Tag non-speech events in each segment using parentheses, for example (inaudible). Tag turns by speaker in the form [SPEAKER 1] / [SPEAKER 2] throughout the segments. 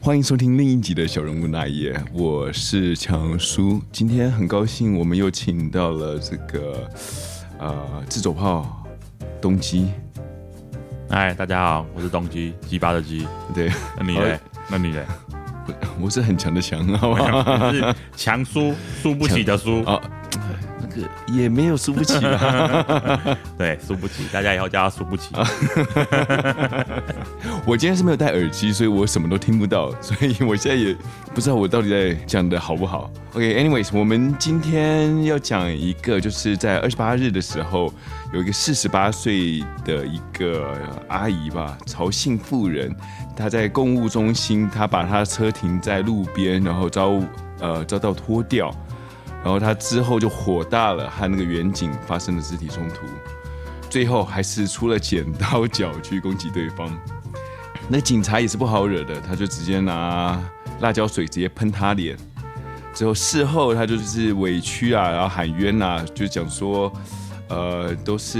[SPEAKER 1] 欢迎收听另一集的《小人物那一夜》，我是强叔。今天很高兴，我们又请到了这个呃自走炮东基，
[SPEAKER 2] 嗨，哎大家好，我是东基，鸡巴的鸡。
[SPEAKER 1] 对 (laughs)
[SPEAKER 2] 那你
[SPEAKER 1] 哎
[SPEAKER 2] 嘞？那你嘞？
[SPEAKER 1] 我是很强的强，好吧？
[SPEAKER 2] 我是强输，输不起的输。
[SPEAKER 1] 啊，那个 (laughs) 也没有输不起、啊，
[SPEAKER 2] 对，输不起，大家以后叫他输不起。
[SPEAKER 1] 我今天是没有戴耳机，所以我什么都听不到， (laughs) 所以我现在也不知道我到底在讲的好不好。OK，anyways，、我们今天要讲一个，就是在二十八日的时候，有一个四十八岁的一个阿姨吧，曹姓妇人，她在购物中心，她把她的车停在路边，然后遭呃遭到拖掉，然后她之后就火大了，和那个远景发生了肢体冲突。最后还是出了剪刀脚去攻击对方，那警察也是不好惹的，他就直接拿辣椒水直接喷他脸。之后事后他就是委屈啊，然后喊冤啊，就讲说，呃，都是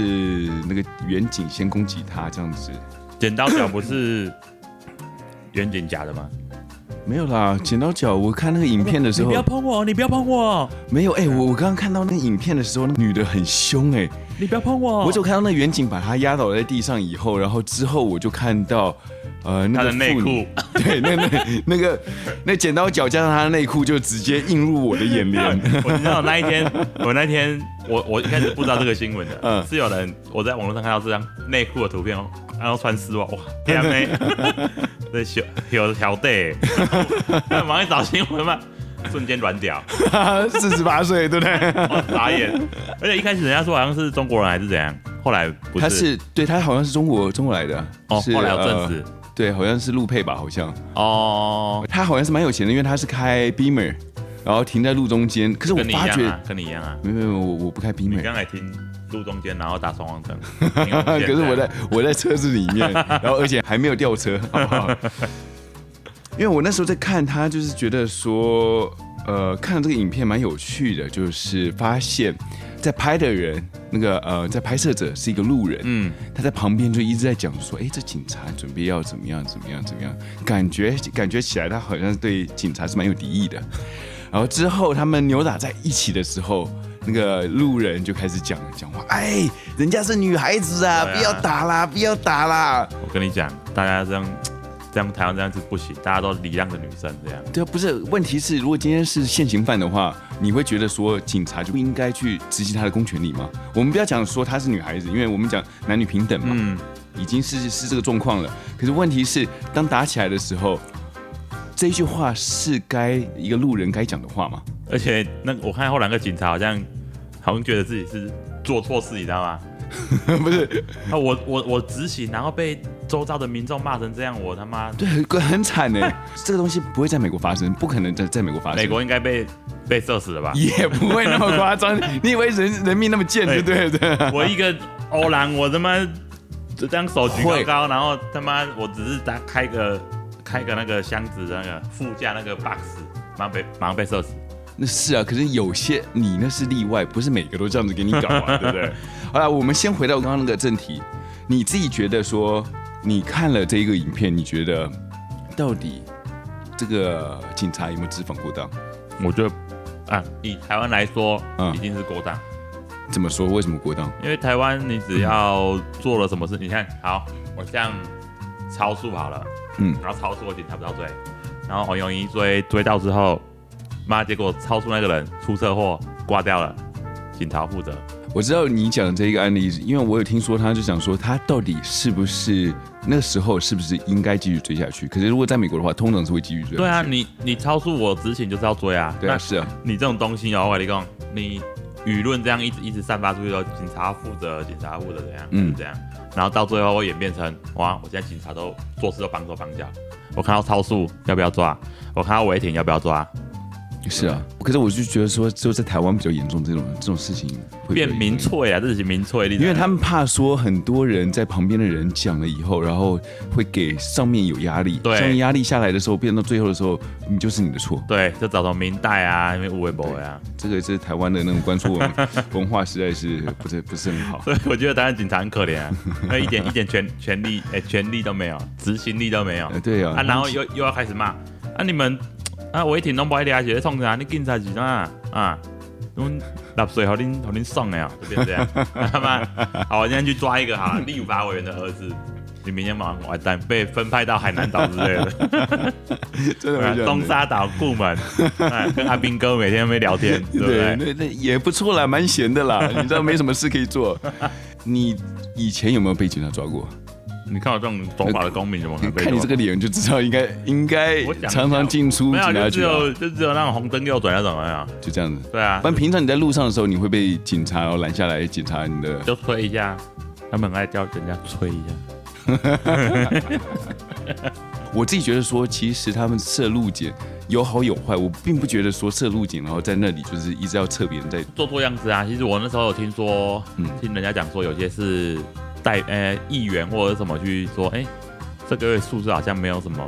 [SPEAKER 1] 那个远景先攻击他这样子。
[SPEAKER 2] 剪刀脚不是远景夹的吗？
[SPEAKER 1] 没有啦，剪刀脚，我看那个影片的时候
[SPEAKER 2] 你不要碰我！你不要碰我！
[SPEAKER 1] 没有，哎、我我刚刚看到那个影片的时候，那女的很凶哎、
[SPEAKER 2] 你不要碰我！
[SPEAKER 1] 我只有看到那远景把她压倒在地上以后，然后之后我就看到，呃，那
[SPEAKER 2] 他
[SPEAKER 1] 个
[SPEAKER 2] 的内
[SPEAKER 1] 妇女
[SPEAKER 2] 裤，
[SPEAKER 1] (laughs) 对，那那那个那剪刀脚加上他的内裤，就直接映入我的眼
[SPEAKER 2] (laughs)
[SPEAKER 1] 帘。
[SPEAKER 2] 我知道那一天，我那天我我一开始不知道这个新闻的，
[SPEAKER 1] 嗯
[SPEAKER 2] 是有人我在网络上看到这张内裤的图片哦，然后穿丝袜，哇，
[SPEAKER 1] (laughs)
[SPEAKER 2] 天啊妹，这小有条带，那忙去找新闻嘛，瞬间软屌，
[SPEAKER 1] 四十八岁，对不对？
[SPEAKER 2] 我傻眼，而且一开始人家说好像是中国人还是怎样，后来
[SPEAKER 1] (laughs)
[SPEAKER 2] 不
[SPEAKER 1] 他
[SPEAKER 2] 是
[SPEAKER 1] 是对他好像是中国中国来的
[SPEAKER 2] 哦，
[SPEAKER 1] 是
[SPEAKER 2] 后来有证
[SPEAKER 1] 呃
[SPEAKER 2] 实
[SPEAKER 1] 对，好像是陆配吧，好像
[SPEAKER 2] 哦，
[SPEAKER 1] 他好像是蛮有钱的，因为他是开 Beamer，然后停在路中间。可是我
[SPEAKER 2] 跟你一
[SPEAKER 1] 发
[SPEAKER 2] 样
[SPEAKER 1] 觉，
[SPEAKER 2] 啊，跟你一样啊，
[SPEAKER 1] 没有没有，我我不开
[SPEAKER 2] 你
[SPEAKER 1] Beamer，
[SPEAKER 2] 刚才听路中间然后打双黄
[SPEAKER 1] (laughs)
[SPEAKER 2] 灯，
[SPEAKER 1] 可
[SPEAKER 2] 可
[SPEAKER 1] 是我在我在车子里面，然后而且还没有掉车，好不好？ (laughs) 因为我那时候在看他，就是觉得说，呃，看这个影片蛮有趣的，就是发现，在拍的人，那个呃，在拍摄者是一个路人，
[SPEAKER 2] 嗯。
[SPEAKER 1] 他在旁边就一直在讲说，哎，这警察准备要怎么样怎么样怎么样，感觉感觉起来他好像对警察是蛮有敌意的。然后之后他们扭打在一起的时候，那个路人就开始讲讲话，哎，人家是女孩子啊，
[SPEAKER 2] 对啊
[SPEAKER 1] 不要打啦，不要打啦。
[SPEAKER 2] 我跟你讲，大家这样这样台湾这样子不行，大家都礼让着女生这样。
[SPEAKER 1] 对啊，不是，问题是如果今天是现行犯的话，你会觉得说警察就不应该去执行他的公权力吗？我们不要讲说她是女孩子，因为我们讲男女平等嘛。
[SPEAKER 2] 嗯，
[SPEAKER 1] 已经是是这个状况了。可是问题是，当打起来的时候，这一句话是该一个路人该讲的话吗？ (laughs)
[SPEAKER 2] 而且那个我看后来那个警察好像好像觉得自己是做错事，你知道吗？
[SPEAKER 1] 不是，
[SPEAKER 2] 啊，我我我执行，然后被周遭的民众骂成这样，我他妈
[SPEAKER 1] 对，很很惨
[SPEAKER 2] (laughs)
[SPEAKER 1] 呢。这个东西不会在美国发生，不可能在在美国发生。？
[SPEAKER 2] 美国应该被被射死了吧
[SPEAKER 1] 也不会那么夸
[SPEAKER 2] (laughs)
[SPEAKER 1] 张。你以为人人命那么贱，对不对？对。
[SPEAKER 2] 我一个欧兰，我他妈就这样手举
[SPEAKER 1] 会
[SPEAKER 2] 高高，然后他妈我只是打开个开个那个箱子那个副驾那个 box，马上被马上被射死。
[SPEAKER 1] 那 (laughs) 是啊，可是有些你那是例外，不是每个都这样子给你搞啊，对不
[SPEAKER 2] (laughs)
[SPEAKER 1] 对？好了，我们先回到刚刚那个正题，你自己觉得说，你看了这一个影片，你觉得到底这个警察有没有知反过当？
[SPEAKER 2] 我觉得啊，以台湾来说，
[SPEAKER 1] 嗯
[SPEAKER 2] 一定是过当，
[SPEAKER 1] 怎么说？为什么过当？
[SPEAKER 2] 因为台湾你只要做了什么事，你看，好，我像超速好了，
[SPEAKER 1] 嗯
[SPEAKER 2] 然后超速我警察不到追，然后黄永一追追到之后，妈，结果超速那个人出车祸挂掉了，警察负责。
[SPEAKER 1] 我知道你讲这一个案例，因为我有听说，他就讲说他到底是不是那时候是不是应该继续追下去？可是如果在美国的话，通常是会继续追下去。
[SPEAKER 2] 对啊，，你你超速我执行就是要追啊，
[SPEAKER 1] 对啊，
[SPEAKER 2] 那
[SPEAKER 1] 是啊，
[SPEAKER 2] 你这种东西哦，我跟你讲，你舆论这样一直一直散发出去说警察负责，警察负责怎样，
[SPEAKER 1] 嗯
[SPEAKER 2] 嗯，怎样，然后到最后会演变成哇，我现在警察都做事都绑手绑脚，我看到超速要不要抓，我看到违停要不要抓，
[SPEAKER 1] 是啊。可是我就觉得说，只有在台湾比较严重，这种这种事情会比较
[SPEAKER 2] 变
[SPEAKER 1] 严重
[SPEAKER 2] 民粹啊，这是民粹，因
[SPEAKER 1] 因为他们怕说很多人在旁边的人讲了以后，然后会给上面有压力，
[SPEAKER 2] 对
[SPEAKER 1] 上面压力下来的时候，变到最后的时候，你就是你的错。
[SPEAKER 2] 对，就找到明代啊，因为无为不为啊，
[SPEAKER 1] 这个是台湾的那种关注文文化， (laughs) 实在是不是不是很
[SPEAKER 2] (laughs)
[SPEAKER 1] 好。
[SPEAKER 2] 所以我觉得台湾警察很可怜啊，那一点一点权权利哎、权利都没有，执行力都没有，
[SPEAKER 1] 呃对啊，
[SPEAKER 2] 啊，然后又又要开始骂啊你们啊违停拢不爱抓是咧创啥？你警察是哪啊？阮纳税互恁互恁送的哦，就变这样。 (laughs) 他妈，好，我今天去抓一
[SPEAKER 1] (laughs)
[SPEAKER 2] 个哈，立法委员的儿子。你明天马上完蛋，被分派到海南岛之类
[SPEAKER 1] (laughs)
[SPEAKER 2] 的，
[SPEAKER 1] (laughs) 真的会这样
[SPEAKER 2] 东
[SPEAKER 1] 子
[SPEAKER 2] 沙岛、顾门，哎跟阿斌哥每天会
[SPEAKER 1] (laughs)
[SPEAKER 2] 聊天，对不
[SPEAKER 1] 对，
[SPEAKER 2] 对？
[SPEAKER 1] 那那也不错啦，
[SPEAKER 2] (laughs)
[SPEAKER 1] 蛮闲的啦，你知道没什么事可以做。你以前有没有被警察抓过？
[SPEAKER 2] 你看我这种懂法的公民，怎么可能被
[SPEAKER 1] 看你这个脸就知道，应该应该
[SPEAKER 2] 我想一下
[SPEAKER 1] 常常进出
[SPEAKER 2] 没
[SPEAKER 1] 警
[SPEAKER 2] 有，
[SPEAKER 1] 察
[SPEAKER 2] 就
[SPEAKER 1] 局
[SPEAKER 2] 只
[SPEAKER 1] 吧，
[SPEAKER 2] 有就只有那种红灯右转那种没有？
[SPEAKER 1] 就这样子。
[SPEAKER 2] 对啊
[SPEAKER 1] 不，然平常你在路上的时候，你会被警察然后拦下来检查你的。
[SPEAKER 2] 就吹一下，他们很爱叫人家吹一下。
[SPEAKER 1] 我自己觉得说，其实他们设路检有好有坏，我并不觉得说设路检然后在那里就是一直要测别人在
[SPEAKER 2] 做做样子啊。其实我那时候有听说，
[SPEAKER 1] 嗯
[SPEAKER 2] 听人家讲说，有些是代呃议员或者什么去说，哎、这个月数字好像没有什么，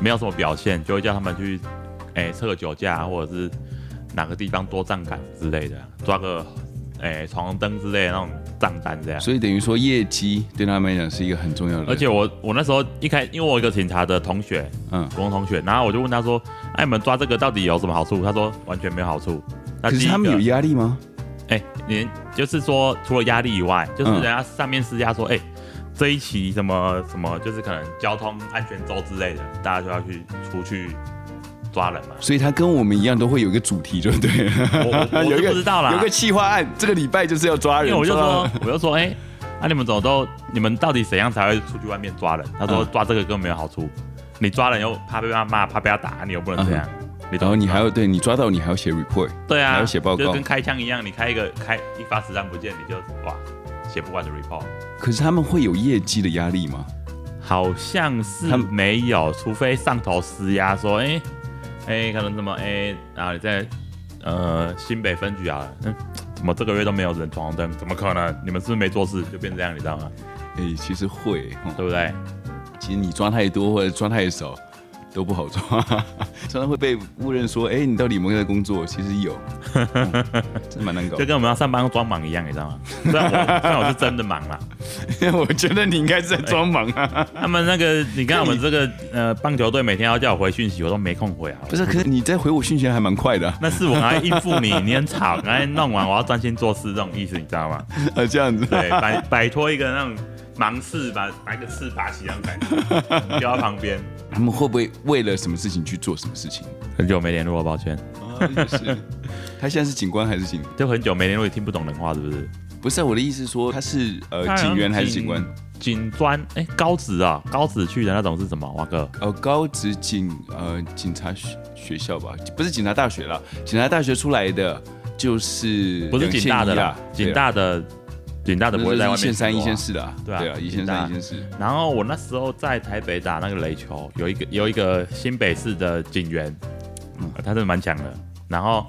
[SPEAKER 2] 没有什么表现，就会叫他们去哎测、个酒驾啊，或者是哪个地方多站岗之类的，啊抓个哎闯红灯之类的那种账单这样。
[SPEAKER 1] 所以等于说业绩对他们来讲是一个很重要的。
[SPEAKER 2] 而且我我那时候一开，因为我有一个警察的同学，
[SPEAKER 1] 嗯，
[SPEAKER 2] 国中同学，然后我就问他说：“哎、你们抓这个到底有什么好处？”他说：“完全没有好处。”那
[SPEAKER 1] 可
[SPEAKER 2] 第
[SPEAKER 1] 是
[SPEAKER 2] 一
[SPEAKER 1] 他们
[SPEAKER 2] 个
[SPEAKER 1] 有压力吗？
[SPEAKER 2] 哎、你就是说，除了压力以外，就是
[SPEAKER 1] 嗯
[SPEAKER 2] 人家上面施压说，哎、这一期什么什么，就是可能交通安全周之类的，大家就要去出去
[SPEAKER 1] (laughs)
[SPEAKER 2] 抓人嘛。
[SPEAKER 1] 所以他跟我们一样都会有一个主题，就对了。
[SPEAKER 2] 我
[SPEAKER 1] (laughs)
[SPEAKER 2] 我我
[SPEAKER 1] 啊有一
[SPEAKER 2] 就
[SPEAKER 1] 个
[SPEAKER 2] 不知道啦
[SPEAKER 1] 有，个企划案，这个礼拜就是要抓
[SPEAKER 2] 因
[SPEAKER 1] 人。
[SPEAKER 2] 为我就
[SPEAKER 1] 抓到
[SPEAKER 2] 说，我就说，哎、啊，你们怎么都，你们到底怎样才会出去外面抓人？他说
[SPEAKER 1] 嗯
[SPEAKER 2] 抓这个根本没有好处，你抓人又怕被他骂，怕被他打，你又不能这样。你
[SPEAKER 1] 然
[SPEAKER 2] 懂
[SPEAKER 1] 后
[SPEAKER 2] 我意
[SPEAKER 1] 嗯哦你
[SPEAKER 2] 思吗
[SPEAKER 1] 还要对你抓到你还要写 report，
[SPEAKER 2] 对啊，
[SPEAKER 1] 还要写报告
[SPEAKER 2] 就跟开枪一样，你开一个开一发实弹不见，你就哇写不完的 report。
[SPEAKER 1] 可是他们会有业绩的压力吗？
[SPEAKER 2] 好像是
[SPEAKER 1] 他们
[SPEAKER 2] 没有，除非上头施压说，哎、哎、可能什么哎、然后你在呃新北分局啊，嗯，怎么这个月都没有人闯红灯？怎么可能？你们是不是没做事就变这样？你知道吗？
[SPEAKER 1] 哎、其实会，哦
[SPEAKER 2] 对不对？
[SPEAKER 1] 其实你抓太多或者抓太少都不好
[SPEAKER 2] (laughs)
[SPEAKER 1] 抓，常常会被误认说，哎、你到底有没有在工作？其实
[SPEAKER 2] (laughs)
[SPEAKER 1] 有，嗯、真的蛮难搞
[SPEAKER 2] 就。跟我们要上班装忙一样，你知道吗？虽然我虽然我是真的忙啦，
[SPEAKER 1] (laughs) 我觉得你应该是在装忙啊，
[SPEAKER 2] 他们那个你看我们这个呃棒球队每天要叫我回讯息，我都没空回啊。
[SPEAKER 1] 不是？可是你在回我讯息还蛮快的啊、
[SPEAKER 2] 那是我来应付你，你很吵，刚才弄完我要专心做事，这种意思你知道吗？
[SPEAKER 1] 啊，这样子。
[SPEAKER 2] 对，摆摆脱一个那种盲刺，把把一个刺拔起那种感觉，丢到旁边。
[SPEAKER 1] 他们会不会为了什么事情去做什么事情？
[SPEAKER 2] 很久没联络了，抱歉，
[SPEAKER 1] 啊，也是。 (laughs) 他现在是警官还是警？
[SPEAKER 2] 就很久没联络，也听不懂人话，是不是？
[SPEAKER 1] 不是啊、我的意思是说他是呃
[SPEAKER 2] 他好像
[SPEAKER 1] 警员还是警官？？
[SPEAKER 2] 警专，哎、高职啊，高职去的那种是什么？王哥，
[SPEAKER 1] 呃，高职警呃警察学学校吧，不是警察大学啦，警察大学出来的就是
[SPEAKER 2] 不是
[SPEAKER 1] 两线
[SPEAKER 2] 警大的
[SPEAKER 1] 一啊
[SPEAKER 2] 啦
[SPEAKER 1] 啦，，
[SPEAKER 2] 警大的，警大的不会在外
[SPEAKER 1] 一
[SPEAKER 2] 面
[SPEAKER 1] 线三、一
[SPEAKER 2] 联络啊
[SPEAKER 1] 线。四的啊，
[SPEAKER 2] 对啊
[SPEAKER 1] 对啊，一线
[SPEAKER 2] 警大
[SPEAKER 1] 三、一线四，
[SPEAKER 2] 然后我那时候在台北打那个垒球，有一个有一个新北市的警员，呃他真的蛮强的。然后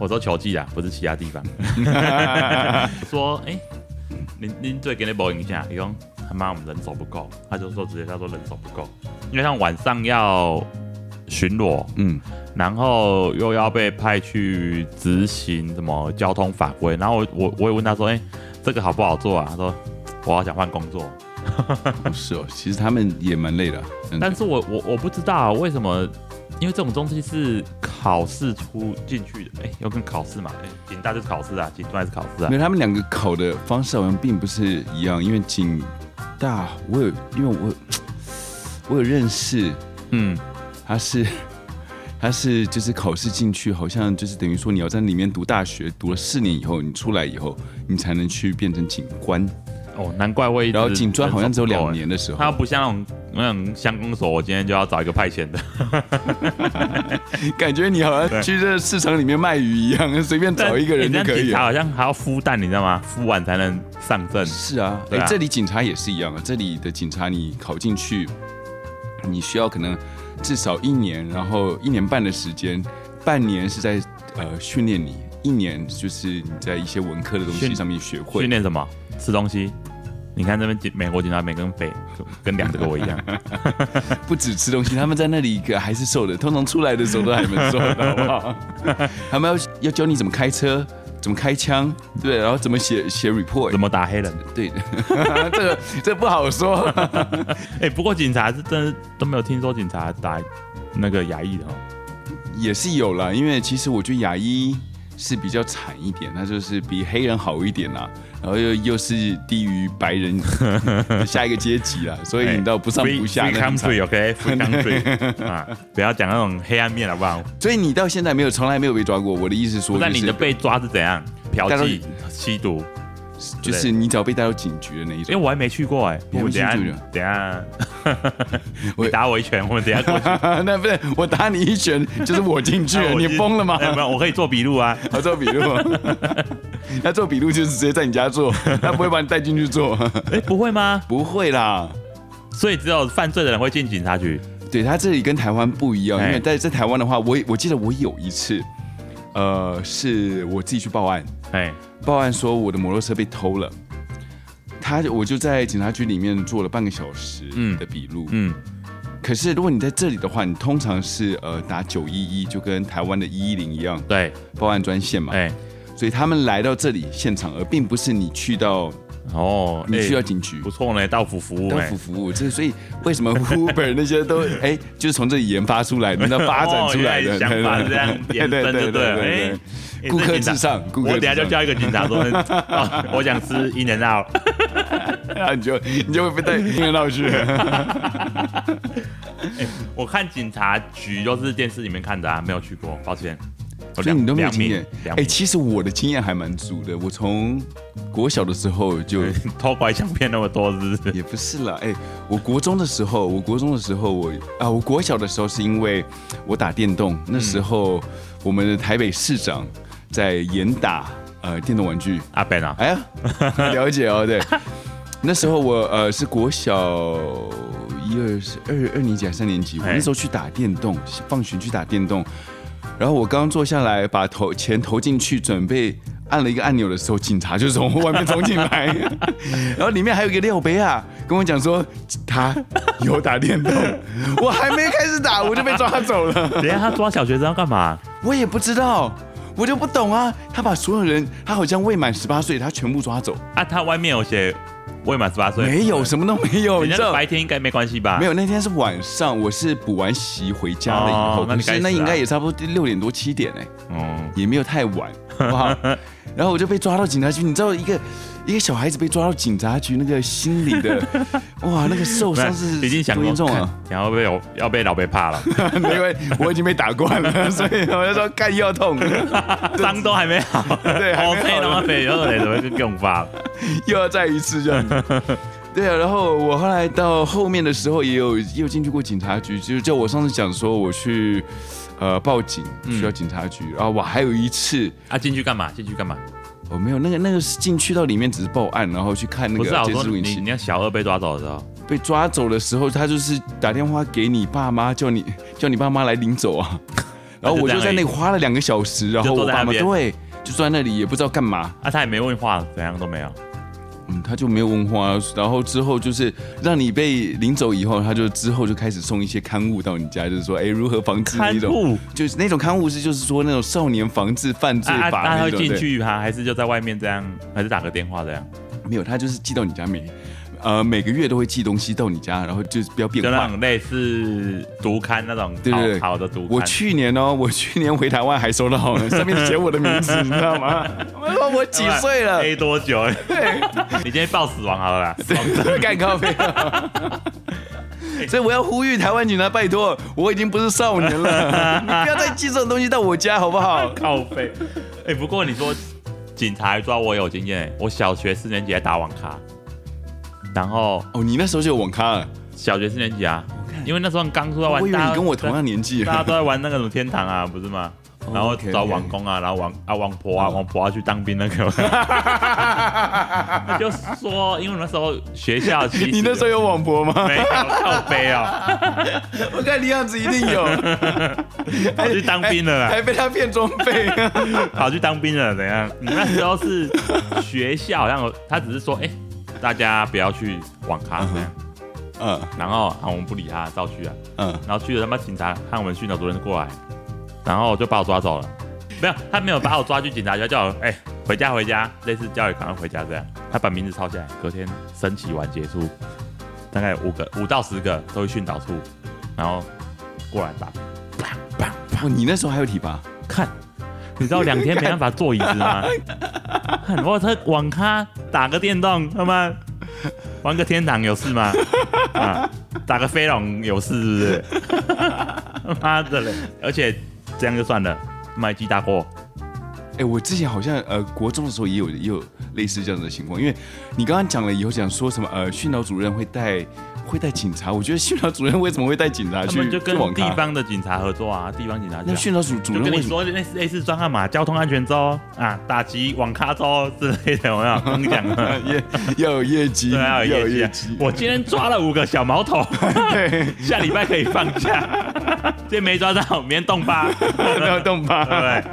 [SPEAKER 2] 我说球技啊，不是其他地方。我说哎、您您最给你保影下，你说他妈我们人手不够，他就说直接他说人手不够，因为像晚上要巡逻，
[SPEAKER 1] 嗯，
[SPEAKER 2] 然后又要被派去执行什么交通法规，然后我我我也问他说，哎、这个好不好做啊？他说我好想换工作。
[SPEAKER 1] 不是哦，其实他们也蛮累的啊，真的
[SPEAKER 2] 但是我我我不知道啊为什么，因为这种东西是考试出进去的，哎、有跟考试嘛，哎、警大就是考试啊，警专还是考试啊
[SPEAKER 1] 没，有他们两个考的方式好像并不是一样，因为警大我有，因为我我有认识，
[SPEAKER 2] 嗯，
[SPEAKER 1] 他是 (laughs) 他是就是考试进去，好像就是等于说你要在里面读大学，读了四年以后，你出来以后，你才能去变成警官。
[SPEAKER 2] 哦，难怪我一直
[SPEAKER 1] 然后警专好像只有
[SPEAKER 2] 人手
[SPEAKER 1] 两
[SPEAKER 2] 不够哎
[SPEAKER 1] 年的时候，
[SPEAKER 2] 它不像那种那种乡公所，我今天就要找一个派遣的，
[SPEAKER 1] 感觉你好像
[SPEAKER 2] 对
[SPEAKER 1] 去这市场里面卖鱼一样，随便 (laughs) 找一个人就
[SPEAKER 2] 但 (laughs)
[SPEAKER 1] 可以
[SPEAKER 2] 警察
[SPEAKER 1] 了。
[SPEAKER 2] 好像还要孵蛋，你知道吗？孵完才能上阵。
[SPEAKER 1] 是啊，哎、
[SPEAKER 2] 对啊
[SPEAKER 1] 这里警察也是一样啊，这里的警察你考进去，你需要可能至少一年，然后一年半的时间，半年是在呃训练你，一年就是你在一些文科的东西
[SPEAKER 2] 训
[SPEAKER 1] 上面学会
[SPEAKER 2] 训。练什么？吃东西。你看这边警美国警察每跟肥跟两个跟我一
[SPEAKER 1] (laughs)
[SPEAKER 2] 样，
[SPEAKER 1] 不止吃东西，他们在那里个还是瘦的，通常出来的时候都还蛮瘦的，好不好？他们要要教你怎么开车，怎么开枪，对不对，然后怎么写写 report，
[SPEAKER 2] 怎么打黑人？
[SPEAKER 1] 对， (laughs) 这个这不好说。
[SPEAKER 2] 哎、不过警察是真的都没有听说警察打那个牙医的哦，
[SPEAKER 1] 也是有啦，因为其实我觉得牙医是比较惨一点，他就是比黑人好一点啦，然后又又是低于白人的下一个阶级啦，所以你知道不上不下
[SPEAKER 2] free,
[SPEAKER 1] 那很
[SPEAKER 2] free
[SPEAKER 1] 惨
[SPEAKER 2] country OK，free
[SPEAKER 1] (laughs)
[SPEAKER 2] country 啊，不要讲那种黑暗面好不好？
[SPEAKER 1] 所以你到现在没有从来没有被抓过。我的意思是说，
[SPEAKER 2] 那
[SPEAKER 1] 就
[SPEAKER 2] 你
[SPEAKER 1] 是
[SPEAKER 2] 的被抓是怎样？嫖
[SPEAKER 1] 大家
[SPEAKER 2] 妓、吸毒？
[SPEAKER 1] 就是你只要被带到警局的那一
[SPEAKER 2] 因为
[SPEAKER 1] 种，
[SPEAKER 2] 我还没去过哎、
[SPEAKER 1] 你
[SPEAKER 2] 我
[SPEAKER 1] 还没
[SPEAKER 2] 们
[SPEAKER 1] 去
[SPEAKER 2] 等一下
[SPEAKER 1] 过呀
[SPEAKER 2] 等一下，
[SPEAKER 1] 我
[SPEAKER 2] (laughs) 你打我一拳，我们等一
[SPEAKER 1] (laughs)
[SPEAKER 2] 下过去。
[SPEAKER 1] 那不是我打你一拳，就是我进去
[SPEAKER 2] 啊
[SPEAKER 1] 了，
[SPEAKER 2] 我
[SPEAKER 1] 你
[SPEAKER 2] 去
[SPEAKER 1] 疯了吗？
[SPEAKER 2] 哎没有，我可以做笔录啊。
[SPEAKER 1] 要 (laughs) 做笔
[SPEAKER 2] (laughs)
[SPEAKER 1] 录吗？那做笔录就是直接在你家做，他不会把你带进去做，
[SPEAKER 2] 哎、不会吗？
[SPEAKER 1] 不会啦。
[SPEAKER 2] 所以只有犯罪的人会进警察局。
[SPEAKER 1] (laughs) 对他这里跟台湾不一样，因
[SPEAKER 2] 哎
[SPEAKER 1] 为在在台湾的话，我我记得我有一次，呃，是我自己去报案，
[SPEAKER 2] 哎，
[SPEAKER 1] 报案说我的摩托车被偷了，他我就在警察局里面做了半个小时
[SPEAKER 2] 嗯
[SPEAKER 1] 的笔录。
[SPEAKER 2] 嗯，
[SPEAKER 1] 可是如果你在这里的话，你通常是呃打九一一，就跟台湾的一一零一样，
[SPEAKER 2] 对，
[SPEAKER 1] 报案专线嘛。
[SPEAKER 2] 哎、
[SPEAKER 1] 所以他们来到这里现场，而并不是你去到
[SPEAKER 2] 哦，
[SPEAKER 1] 你
[SPEAKER 2] 哎
[SPEAKER 1] 去到警局。
[SPEAKER 2] 不错呢，到府服务
[SPEAKER 1] 政
[SPEAKER 2] 哎、
[SPEAKER 1] 府服务，这所以为什么 Uber 那些
[SPEAKER 2] (laughs)
[SPEAKER 1] 都哎、就是从这里研发出来的，那发展出来的，
[SPEAKER 2] 哦原想法是这样
[SPEAKER 1] 对
[SPEAKER 2] 延
[SPEAKER 1] 对
[SPEAKER 2] 伸
[SPEAKER 1] 对
[SPEAKER 2] 就
[SPEAKER 1] 对对
[SPEAKER 2] 对了
[SPEAKER 1] 对，
[SPEAKER 2] 哎
[SPEAKER 1] 顾客
[SPEAKER 2] 这警察
[SPEAKER 1] 至上顾客
[SPEAKER 2] 我等一下
[SPEAKER 1] 至
[SPEAKER 2] 就
[SPEAKER 1] 上
[SPEAKER 2] 叫一个警
[SPEAKER 1] (laughs)
[SPEAKER 2] 察说，哦我想吃伊能奥，
[SPEAKER 1] 然啊后你就你就会被带听得到去。
[SPEAKER 2] 我看警察局都是电视里面看的啊，没有去过，抱歉。我
[SPEAKER 1] 所以你都没有
[SPEAKER 2] 良
[SPEAKER 1] 经
[SPEAKER 2] 民
[SPEAKER 1] 验。
[SPEAKER 2] 良
[SPEAKER 1] 哎、
[SPEAKER 2] 民
[SPEAKER 1] 其实我的经验还蛮足的，我从国小的时候就
[SPEAKER 2] (laughs) 偷拐抢骗那么多，是不是？
[SPEAKER 1] (laughs) 也不是啦，哎、我国中的时候，我国中的时候，我啊，我国小的时候是因为我打电动，那时候我们的台北市长在严打呃电动玩具，
[SPEAKER 2] 阿 Ben 啊，
[SPEAKER 1] 哎呀，了解哦，对。那时候我呃是国小一二是二二年级还是三年级，我
[SPEAKER 2] 哎
[SPEAKER 1] 那时候去打电动，放学去打电动，然后我刚坐下来把投钱投进去，准备按了一个按钮的时候，警察就从外面冲进来，然后里面还有一个廖杯啊，跟我讲说他有打电动，我还没开始打我就被抓走了。
[SPEAKER 2] 等一下他抓小学生要干嘛？
[SPEAKER 1] 我也不知道，我就不懂啊。他把所有人，他好像未满十八岁，他全部抓走，
[SPEAKER 2] 啊，他外面有写未满十八岁，
[SPEAKER 1] 没有什么都没有，
[SPEAKER 2] 人
[SPEAKER 1] 你
[SPEAKER 2] 家
[SPEAKER 1] 知道
[SPEAKER 2] 的？白天应该没关系吧？
[SPEAKER 1] 没
[SPEAKER 2] 有，
[SPEAKER 1] 有，那天是晚上，我是补完习回家了以后，
[SPEAKER 2] 哦那
[SPEAKER 1] 可
[SPEAKER 2] 你
[SPEAKER 1] 是
[SPEAKER 2] 该死
[SPEAKER 1] 那应该
[SPEAKER 2] 啊
[SPEAKER 1] 也差不多六点多七点哎、
[SPEAKER 2] 哦，
[SPEAKER 1] 也没有太晚，好不
[SPEAKER 2] (laughs)
[SPEAKER 1] 好？然后我就被抓到警察局，你知道一个一个小孩子被抓到警察局，那个心里
[SPEAKER 2] (laughs)
[SPEAKER 1] 的哇，那个受伤是
[SPEAKER 2] 已经想
[SPEAKER 1] 多严重啊！， (laughs)
[SPEAKER 2] 然后被有要被老被怕了，
[SPEAKER 1] 因为我已经被打惯了，所以我就说干药痛，
[SPEAKER 2] (laughs) 伤都还没好，
[SPEAKER 1] 对还没好
[SPEAKER 2] 哦，他妈肥肉嘞，怎么就用法？
[SPEAKER 1] (laughs) 又要再一次这样子。
[SPEAKER 2] (laughs)
[SPEAKER 1] 对啊，然后我后来到后面的时候也有也有进去过警察局，就是叫我上次讲说我去呃报警需要警察
[SPEAKER 2] 嗯
[SPEAKER 1] 局，然后我还有一次
[SPEAKER 2] 啊，进去干嘛？进去干嘛？
[SPEAKER 1] 哦没有那个那个是进去到里面只是报案，然后去看那
[SPEAKER 2] 不
[SPEAKER 1] 个
[SPEAKER 2] 是啊，我
[SPEAKER 1] 监
[SPEAKER 2] 说
[SPEAKER 1] 视录
[SPEAKER 2] 你
[SPEAKER 1] 影器
[SPEAKER 2] 你。要小二被抓走的时候，
[SPEAKER 1] 被抓走的时候，他就是打电话给你爸妈，叫你叫你爸妈来领走
[SPEAKER 2] (laughs)
[SPEAKER 1] 啊。然后我就在那里花了两个小时，然后
[SPEAKER 2] 就
[SPEAKER 1] 我
[SPEAKER 2] 坐在
[SPEAKER 1] 爸
[SPEAKER 2] 那
[SPEAKER 1] 妈
[SPEAKER 2] 边
[SPEAKER 1] 对就坐在那里也不知道干嘛。
[SPEAKER 2] 啊，他也没问话，怎样都没有。
[SPEAKER 1] 嗯，他就没有文化，然后之后就是让你被领走以后，他就之后就开始送一些刊物到你家，就是说，哎，如何防治那
[SPEAKER 2] 看
[SPEAKER 1] 种，
[SPEAKER 2] 护
[SPEAKER 1] 就是那种刊物是就是说那种少年防治犯罪
[SPEAKER 2] 啊啊，
[SPEAKER 1] 法
[SPEAKER 2] 那他
[SPEAKER 1] 那
[SPEAKER 2] 会
[SPEAKER 1] 种，
[SPEAKER 2] 进
[SPEAKER 1] 对
[SPEAKER 2] 去吗？还是就在外面这样？还是打个电话这样？
[SPEAKER 1] 没有，他就是寄到你家每，呃，每个月都会寄东西到你家，然后就是不要变
[SPEAKER 2] 就那
[SPEAKER 1] 坏。
[SPEAKER 2] 种类似毒刊那种
[SPEAKER 1] 对对对
[SPEAKER 2] 好好的毒
[SPEAKER 1] 我
[SPEAKER 2] 刊。
[SPEAKER 1] 去年哦，我去年回台湾还收到呢，上面写我的名字，你知道吗？我说我几岁了，
[SPEAKER 2] A 多久？ (laughs) 你今天报死亡好了啦，死亡
[SPEAKER 1] (laughs) 干咖啡。所以我要呼吁台湾警察，拜托，我已经不是少年
[SPEAKER 2] (laughs)
[SPEAKER 1] 了，你不要再寄这种东西到我家，好不好？
[SPEAKER 2] 靠背。哎、不过你说警察抓我有经验、我小学四年级还打网咖，然后
[SPEAKER 1] 哦，你那时候就有网咖了，
[SPEAKER 2] 小学四年级啊，因为那时候刚出来
[SPEAKER 1] 我
[SPEAKER 2] 玩，
[SPEAKER 1] 以为
[SPEAKER 2] 大
[SPEAKER 1] 你
[SPEAKER 2] 家
[SPEAKER 1] 跟我同样年纪
[SPEAKER 2] 大，家都
[SPEAKER 1] (laughs)
[SPEAKER 2] 在玩那个什么天堂啊，不是吗？然后
[SPEAKER 1] OK，OK
[SPEAKER 2] 找网工啊，然后网啊网婆啊，
[SPEAKER 1] 嗯
[SPEAKER 2] 网婆啊去当兵那个， (laughs) 他就说，因为那时候学校其实
[SPEAKER 1] (laughs) 你那时候有网博吗？
[SPEAKER 2] 没有靠背哦，
[SPEAKER 1] (laughs) 我看你样子一定
[SPEAKER 2] (laughs)
[SPEAKER 1] 有，
[SPEAKER 2] 跑去当兵了啦。
[SPEAKER 1] 还被他骗装备。
[SPEAKER 2] 跑去当兵了，怎样？你那时候是学校，好像有他只是说，哎、大家不要去网咖这样。
[SPEAKER 1] (laughs) 嗯
[SPEAKER 2] 然后啊，我们不理他，照去啊。
[SPEAKER 1] 嗯，
[SPEAKER 2] 然后去了，他妈警察和我们训导主任过来，然后就把我抓走了。没有，他没有把我抓去警察局，他叫我哎、回家回家，类似叫我赶快回家这样。他把名字抄下来，隔天升旗完结束，大概五个五到十个都去训导处，然后过来吧。
[SPEAKER 1] 哦，你那时候还有体罚？
[SPEAKER 2] 看，你知道两天没办法坐椅子吗？
[SPEAKER 1] (laughs)
[SPEAKER 2] 看我他网咖打个电动，他妈玩个天堂有事
[SPEAKER 1] (laughs)
[SPEAKER 2] 吗？啊，打个飞龙有事是 (laughs) 不是？妈的嘞！而且这样就算了，买鸡大锅。
[SPEAKER 1] 哎、我之前好像呃，国中的时候也有也有类似这样的情况，因为你刚刚讲了以后，讲说什么呃，训导主任会带会带警察，我觉得训导主任为什么会带警察
[SPEAKER 2] 他
[SPEAKER 1] 去
[SPEAKER 2] 们就
[SPEAKER 1] 去
[SPEAKER 2] 跟
[SPEAKER 1] 网
[SPEAKER 2] 地
[SPEAKER 1] 咖？
[SPEAKER 2] 方的警察合作啊，地方警察就
[SPEAKER 1] 那
[SPEAKER 2] 啊
[SPEAKER 1] 训导主主
[SPEAKER 2] 就
[SPEAKER 1] 任
[SPEAKER 2] 跟
[SPEAKER 1] 为
[SPEAKER 2] 你
[SPEAKER 1] 什么？。
[SPEAKER 2] 说类似类似专案嘛，交通安全周啊，打击网咖周之类的，有没有？刚讲的
[SPEAKER 1] 业 (laughs) 要有业绩，
[SPEAKER 2] 呃对
[SPEAKER 1] 要
[SPEAKER 2] 啊，有
[SPEAKER 1] 有
[SPEAKER 2] 业
[SPEAKER 1] 业
[SPEAKER 2] 绩
[SPEAKER 1] 绩。。
[SPEAKER 2] 我今天抓了五个小
[SPEAKER 1] (laughs)
[SPEAKER 2] 毛头，
[SPEAKER 1] 对，
[SPEAKER 2] (laughs) 下礼拜可以放假。
[SPEAKER 1] (laughs)
[SPEAKER 2] 今天没抓到，明天动吧，对
[SPEAKER 1] 不要动
[SPEAKER 2] 不 (laughs)
[SPEAKER 1] 吧。
[SPEAKER 2] 对？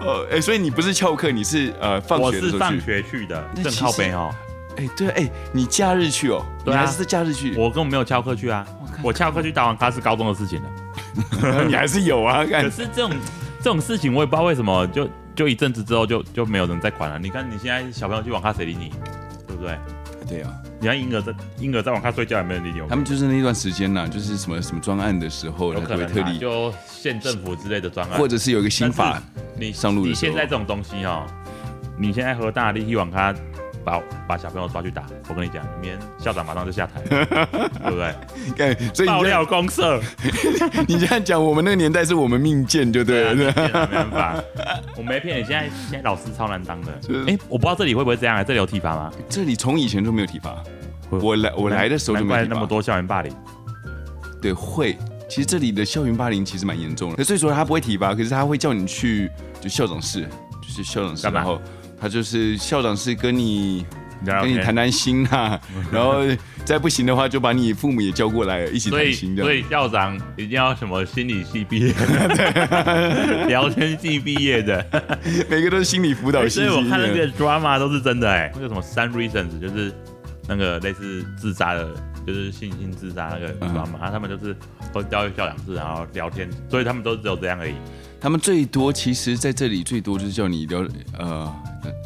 [SPEAKER 1] 哦，哎，所以你不是翘课，你是呃放
[SPEAKER 2] 我
[SPEAKER 1] 学的
[SPEAKER 2] 是
[SPEAKER 1] 时候
[SPEAKER 2] 放
[SPEAKER 1] 去。
[SPEAKER 2] 学去的，
[SPEAKER 1] 那
[SPEAKER 2] 正
[SPEAKER 1] 其
[SPEAKER 2] 靠
[SPEAKER 1] 实
[SPEAKER 2] 北哦。
[SPEAKER 1] 哎，对，哎，你假日去哦？
[SPEAKER 2] 对啊
[SPEAKER 1] 你还是在假日 (laughs) 去？
[SPEAKER 2] 我根本没有翘课去啊，我翘课去打网咖是高中的事情了。
[SPEAKER 1] 你还是有
[SPEAKER 2] (laughs)
[SPEAKER 1] 啊？
[SPEAKER 2] 可
[SPEAKER 1] 看，
[SPEAKER 2] 是这种这种事情，我也不知道为什么，就就一阵子之后就就没有人再管了。你看你现在小朋友去网咖，谁理你？对不对？
[SPEAKER 1] 对啊。
[SPEAKER 2] 你看婴儿在婴儿在网咖睡觉，也没人理你。
[SPEAKER 1] 他们就是那段时间呐，就是什么什么专案的时候，
[SPEAKER 2] 有
[SPEAKER 1] 他
[SPEAKER 2] 可
[SPEAKER 1] 就会
[SPEAKER 2] 能
[SPEAKER 1] 特
[SPEAKER 2] 啊，
[SPEAKER 1] 地，
[SPEAKER 2] 就啊县政府之类的专案，
[SPEAKER 1] 或者是有一个新法，
[SPEAKER 2] 你
[SPEAKER 1] 上路的
[SPEAKER 2] 你
[SPEAKER 1] 时候
[SPEAKER 2] 现在这种东西哦，你现在和大力一网咖把把小朋友抓去打，我跟你讲，明天校长马上就下
[SPEAKER 1] (laughs)
[SPEAKER 2] 台，对不对？
[SPEAKER 1] 哎，所以你
[SPEAKER 2] 爆
[SPEAKER 1] 这样
[SPEAKER 2] 料公社，
[SPEAKER 1] 你这样 (laughs) 讲，我们那个年代是我们命贱，就对了。
[SPEAKER 2] 对
[SPEAKER 1] 对
[SPEAKER 2] 啊，没办法，我没骗你，现在现在老师超难当的
[SPEAKER 1] 是。
[SPEAKER 2] 哎，我不知道这里会不会这样啊？这里有体罚吗？
[SPEAKER 1] (laughs) 这里从以前就没有体罚，
[SPEAKER 2] 会
[SPEAKER 1] 我来我来的时候就
[SPEAKER 2] 难
[SPEAKER 1] 没有
[SPEAKER 2] 怪
[SPEAKER 1] 体罚
[SPEAKER 2] 那么多校园霸凌，
[SPEAKER 1] 对，会。其实这里的校园霸凌其实蛮严重的，所以说他不会体罚，可是他会叫你去就校长室，就是校长室，
[SPEAKER 2] 干嘛
[SPEAKER 1] 然后他就是校长室跟你
[SPEAKER 2] 聊聊
[SPEAKER 1] 跟你
[SPEAKER 2] 天
[SPEAKER 1] 谈谈心
[SPEAKER 2] (laughs)
[SPEAKER 1] 啊，然后再不行的话就把你父母也叫过来一起
[SPEAKER 2] 所
[SPEAKER 1] 谈
[SPEAKER 2] 以
[SPEAKER 1] 心这
[SPEAKER 2] 所
[SPEAKER 1] 样。
[SPEAKER 2] 以校长一定要什么心理系毕
[SPEAKER 1] (laughs)
[SPEAKER 2] 业， (laughs) 聊天系毕业的。
[SPEAKER 1] 每个都是心理辅导系
[SPEAKER 2] 哎
[SPEAKER 1] 之类的，
[SPEAKER 2] 所以我看那个 drama 都是真的哎、那个什么 Sun Reasons 就是那个类似自杀的，就是性侵自杀那个
[SPEAKER 1] 嗯
[SPEAKER 2] drama，、他们就是都到校长室然后聊天，所以他们都只有这样而已。
[SPEAKER 1] 他们最多其实在这里最多就是叫你聊呃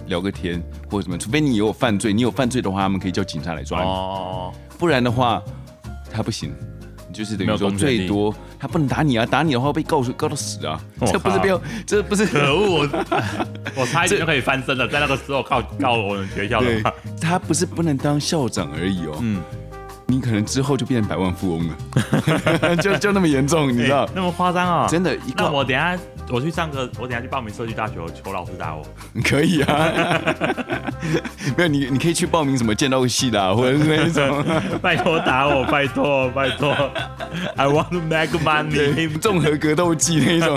[SPEAKER 1] 聊个天或者什么，除非你有犯罪，你有犯罪的话，他们可以叫警察来抓你，
[SPEAKER 2] 哦，
[SPEAKER 1] 不然的话他不行。就是等
[SPEAKER 2] 没
[SPEAKER 1] 于
[SPEAKER 2] 有
[SPEAKER 1] 说
[SPEAKER 2] 公权力
[SPEAKER 1] 最多他不能打你啊，打你的话被告诉告到死啊，
[SPEAKER 2] 我靠
[SPEAKER 1] 这不是不要，这不是
[SPEAKER 2] (laughs) 可恶！我我差一点就可以翻身了，在那个时候靠告我们学校的
[SPEAKER 1] 对
[SPEAKER 2] 话，，
[SPEAKER 1] 他不是不能当校长而已哦，
[SPEAKER 2] 嗯，
[SPEAKER 1] 你可能之后就变成百万富翁了， (laughs) 就就那么严重，你知道
[SPEAKER 2] 哎？那么夸张啊！
[SPEAKER 1] 真的一
[SPEAKER 2] 那
[SPEAKER 1] 个
[SPEAKER 2] 我等一下我去上课，我等一下去报名社区大学，我求老师
[SPEAKER 1] (laughs)
[SPEAKER 2] 打我。
[SPEAKER 1] (laughs) 可以啊， (laughs) 没有你你可以去报名什么剑道系的、啊，或者是那一
[SPEAKER 2] (laughs)
[SPEAKER 1] 种。
[SPEAKER 2] 拜托打我，拜托拜托，I want to make
[SPEAKER 1] 对
[SPEAKER 2] money，，
[SPEAKER 1] (laughs) 综合格斗技那一种，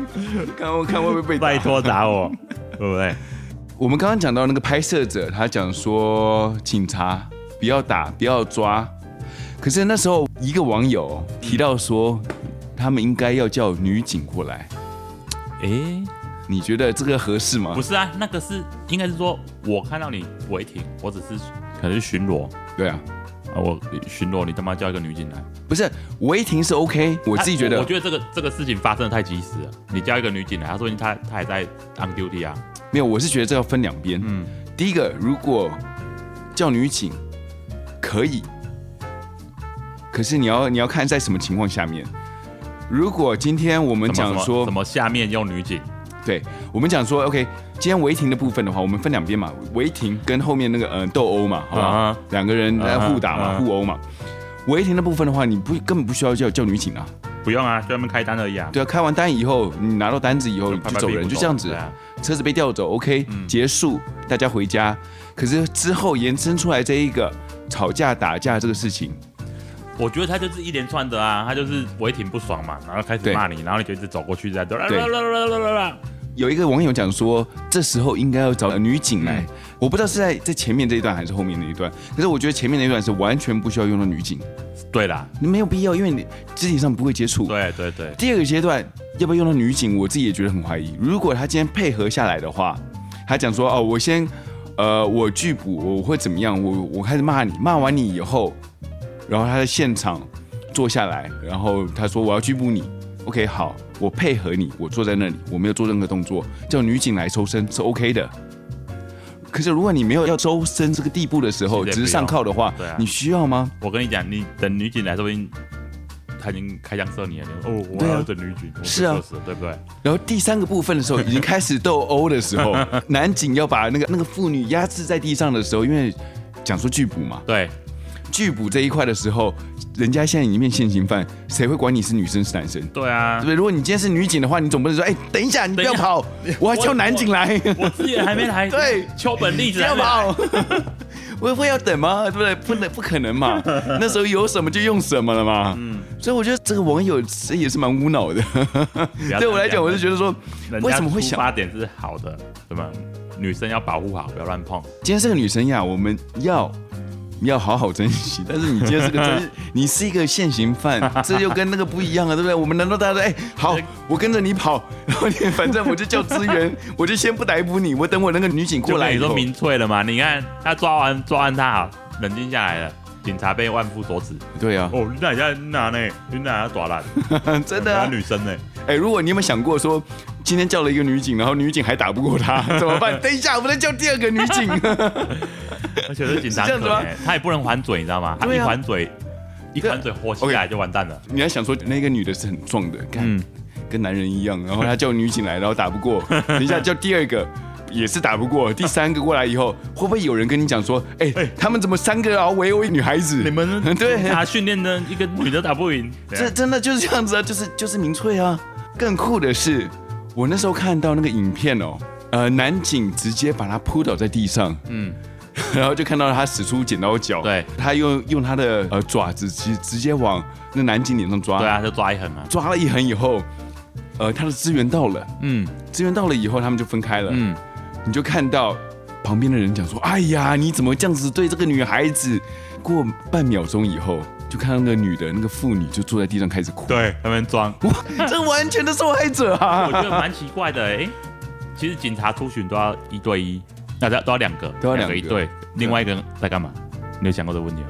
[SPEAKER 1] (laughs) 看我看会不会被打
[SPEAKER 2] 拜。托打我，对不对？
[SPEAKER 1] 我们刚刚讲到那个拍摄者，他讲说警察不要打，不要抓。可是那时候一个网友提到说，他们应该要叫女警过来。
[SPEAKER 2] 诶，
[SPEAKER 1] 你觉得这个合适吗
[SPEAKER 2] 不？是啊，那个是应该是说，我看到你违停，我只是可能是巡逻
[SPEAKER 1] 对啊，
[SPEAKER 2] 啊，我巡逻，你他妈叫一个女警来，
[SPEAKER 1] 不是违停是 OK，我自己觉
[SPEAKER 2] 啊我
[SPEAKER 1] 得
[SPEAKER 2] 我觉得这个这个事情发生的太及时了，你叫一个女警来，她说明她她还在 on duty 啊，
[SPEAKER 1] 没有，我是觉得这要分两边。
[SPEAKER 2] 嗯，
[SPEAKER 1] 第一个，如果叫女警可以，可是你要你要看在什么情况下面。如果今天我们
[SPEAKER 2] 怎
[SPEAKER 1] 讲
[SPEAKER 2] 么
[SPEAKER 1] 说
[SPEAKER 2] 怎，么下面用女警，
[SPEAKER 1] 对我们讲说，OK，今天违停的部分的话，我们分两边嘛，违停跟后面那个嗯、呃斗殴嘛，好吧
[SPEAKER 2] 啊
[SPEAKER 1] 两个人在
[SPEAKER 2] 啊
[SPEAKER 1] 互打嘛
[SPEAKER 2] 啊
[SPEAKER 1] 互殴嘛。违停的部分的话，你不根本不需要叫叫女警啊，
[SPEAKER 2] 不用啊，就他们开单而已啊，
[SPEAKER 1] 对啊，开完单以后，你拿到单子以后
[SPEAKER 2] 拍
[SPEAKER 1] 就
[SPEAKER 2] 拍
[SPEAKER 1] 走
[SPEAKER 2] 屁股
[SPEAKER 1] 人，就这样子
[SPEAKER 2] 对。啊嗯
[SPEAKER 1] 车子被调走，OK，、结束，大家回家。可是之后延伸出来这一个吵架打架这个事情，
[SPEAKER 2] 我觉得他就是一连串的啊，他就是违停不爽嘛，然后开始
[SPEAKER 1] 对
[SPEAKER 2] 骂你，然后你就一直走过去，在这
[SPEAKER 1] 对
[SPEAKER 2] 样，
[SPEAKER 1] 有一个网友讲说，这时候应该要找女警
[SPEAKER 2] 嗯
[SPEAKER 1] 来。我不知道是在在前面这一段还是后面那一段，可是我觉得前面那一段是完全不需要用到女警，
[SPEAKER 2] 对啦，
[SPEAKER 1] 你没有必要，因为你肢体上不会接触。
[SPEAKER 2] 对对对，
[SPEAKER 1] 第二个阶段要不要用到女警，我自己也觉得很怀疑。如果他今天配合下来的话，他讲说哦，我先，呃，我拒捕，我会怎么样？我我开始骂你，骂完你以后，然后他在现场坐下来，然后他说我要拒捕你，OK，好，我配合你，我坐在那里，我没有做任何动作，叫女警来搜身是 OK 的。可是如果你没有要搜身这个地步的时候，
[SPEAKER 2] 其实
[SPEAKER 1] 只
[SPEAKER 2] 也不用
[SPEAKER 1] 是上铐的话，
[SPEAKER 2] 对啊
[SPEAKER 1] 你需要吗？
[SPEAKER 2] 我跟你讲，你等女警来，说不定他已经开枪射你了，你说哦，我
[SPEAKER 1] 对啊
[SPEAKER 2] 要整女警，我被
[SPEAKER 1] 是啊
[SPEAKER 2] 射死了对不对？
[SPEAKER 1] 然后第三个部分的时候，已经开始斗殴的时
[SPEAKER 2] (laughs)
[SPEAKER 1] 候，男警要把那个那个妇女压制在地上的时候，因为讲说拒捕嘛，
[SPEAKER 2] 对，
[SPEAKER 1] 拒捕这一块的时候，人家现在已经变现行犯，谁会管你是女生是男生？
[SPEAKER 2] 对
[SPEAKER 1] 对
[SPEAKER 2] 啊
[SPEAKER 1] 不，对？如果你今天是女警的话，你总不能说，哎、等一下，你不要跑，我还叫男警来，
[SPEAKER 2] (laughs) 我自己还没来，
[SPEAKER 1] (laughs) 对
[SPEAKER 2] 丘本例
[SPEAKER 1] 不
[SPEAKER 2] 子还
[SPEAKER 1] 要
[SPEAKER 2] 没来， (laughs)
[SPEAKER 1] 跑，我我要等吗？对不对？不能，不可能
[SPEAKER 2] (laughs)
[SPEAKER 1] 嘛，那时候有什么就用什么了嘛。嗯，所以我觉得这个网友这也是蛮无脑的。
[SPEAKER 2] 不要
[SPEAKER 1] 对我来
[SPEAKER 2] 这
[SPEAKER 1] 讲，
[SPEAKER 2] 样
[SPEAKER 1] 我就觉得说，
[SPEAKER 2] 人家
[SPEAKER 1] 为什么会想
[SPEAKER 2] 出发点是好的，对吧？女生要保护好，不要乱碰。
[SPEAKER 1] 今天是个女生呀，我们要要好好珍惜。 (laughs) 但是你今天是个真，
[SPEAKER 2] (laughs)
[SPEAKER 1] 你是一个现行犯，这又跟那个不一样啊，对不对？我们难道大家都哎、好，我跟着你跑， (laughs) 然后你反正我就叫支援， (laughs) 我就先不逮捕你，我等我那个女警过
[SPEAKER 2] 就
[SPEAKER 1] 来以
[SPEAKER 2] 跟你说
[SPEAKER 1] 后，
[SPEAKER 2] 民粹了嘛？你看他抓完抓完他好，冷静下来了，警察被万夫所指。
[SPEAKER 1] 对啊，
[SPEAKER 2] 哦，你哪家哪呢？你哪家抓烂？
[SPEAKER 1] 真的、啊
[SPEAKER 2] 哪，女生呢？
[SPEAKER 1] 哎、如果你有没有想过说，今天叫了一个女警，然后女警还打不过她，怎么
[SPEAKER 2] (laughs)
[SPEAKER 1] 办？等一下，我们再叫第二个女警。
[SPEAKER 2] 而且是警察
[SPEAKER 1] 是这样子吗
[SPEAKER 2] 可怜他也不能还嘴，你知道吗？他
[SPEAKER 1] 对
[SPEAKER 2] 一
[SPEAKER 1] 啊
[SPEAKER 2] 还嘴，一
[SPEAKER 1] 对啊
[SPEAKER 2] 还嘴活下来就完蛋了。
[SPEAKER 1] 你还想说那个女的是很壮的，看、
[SPEAKER 2] 嗯
[SPEAKER 1] 跟男人一样，然后她叫女警来，然后打不
[SPEAKER 2] (laughs)
[SPEAKER 1] 过，等一下叫第二个。也是打不过，第三个过来以后，会不会有人跟你讲说，哎、他们怎么三个要围殴一女孩子？ (laughs)
[SPEAKER 2] 你们
[SPEAKER 1] 对
[SPEAKER 2] 警察训练的一个女的打不赢，
[SPEAKER 1] 这真的就是这样子啊，就是就是民粹啊。更酷的是，我那时候看到那个影片哦，呃，男警直接把她扑倒在地上，
[SPEAKER 2] 嗯，
[SPEAKER 1] 然后就看到他使出剪刀脚，
[SPEAKER 2] 对，
[SPEAKER 1] 他用用他的呃爪子直直接往那男警脸上抓，
[SPEAKER 2] 对啊，就抓一横啊。
[SPEAKER 1] 抓了一横以后，呃，他的资源到了，
[SPEAKER 2] 嗯
[SPEAKER 1] 资源到了以后，他们就分开了。
[SPEAKER 2] 嗯，
[SPEAKER 1] 你就看到旁边的人讲说：“哎呀，你怎么这样子对这个女孩子？”过半秒钟以后，就看到那个女的，那个妇女就坐在地上开始哭。，
[SPEAKER 2] 对，他们装，
[SPEAKER 1] 这完全的受害者
[SPEAKER 2] 我觉
[SPEAKER 1] 啊！
[SPEAKER 2] 得蛮奇怪的。哎，其实警察出巡都要一对一，那都要都要两个，
[SPEAKER 1] 都要两个
[SPEAKER 2] 个一对，另外一个人在干嘛？你有想过这个问题吗？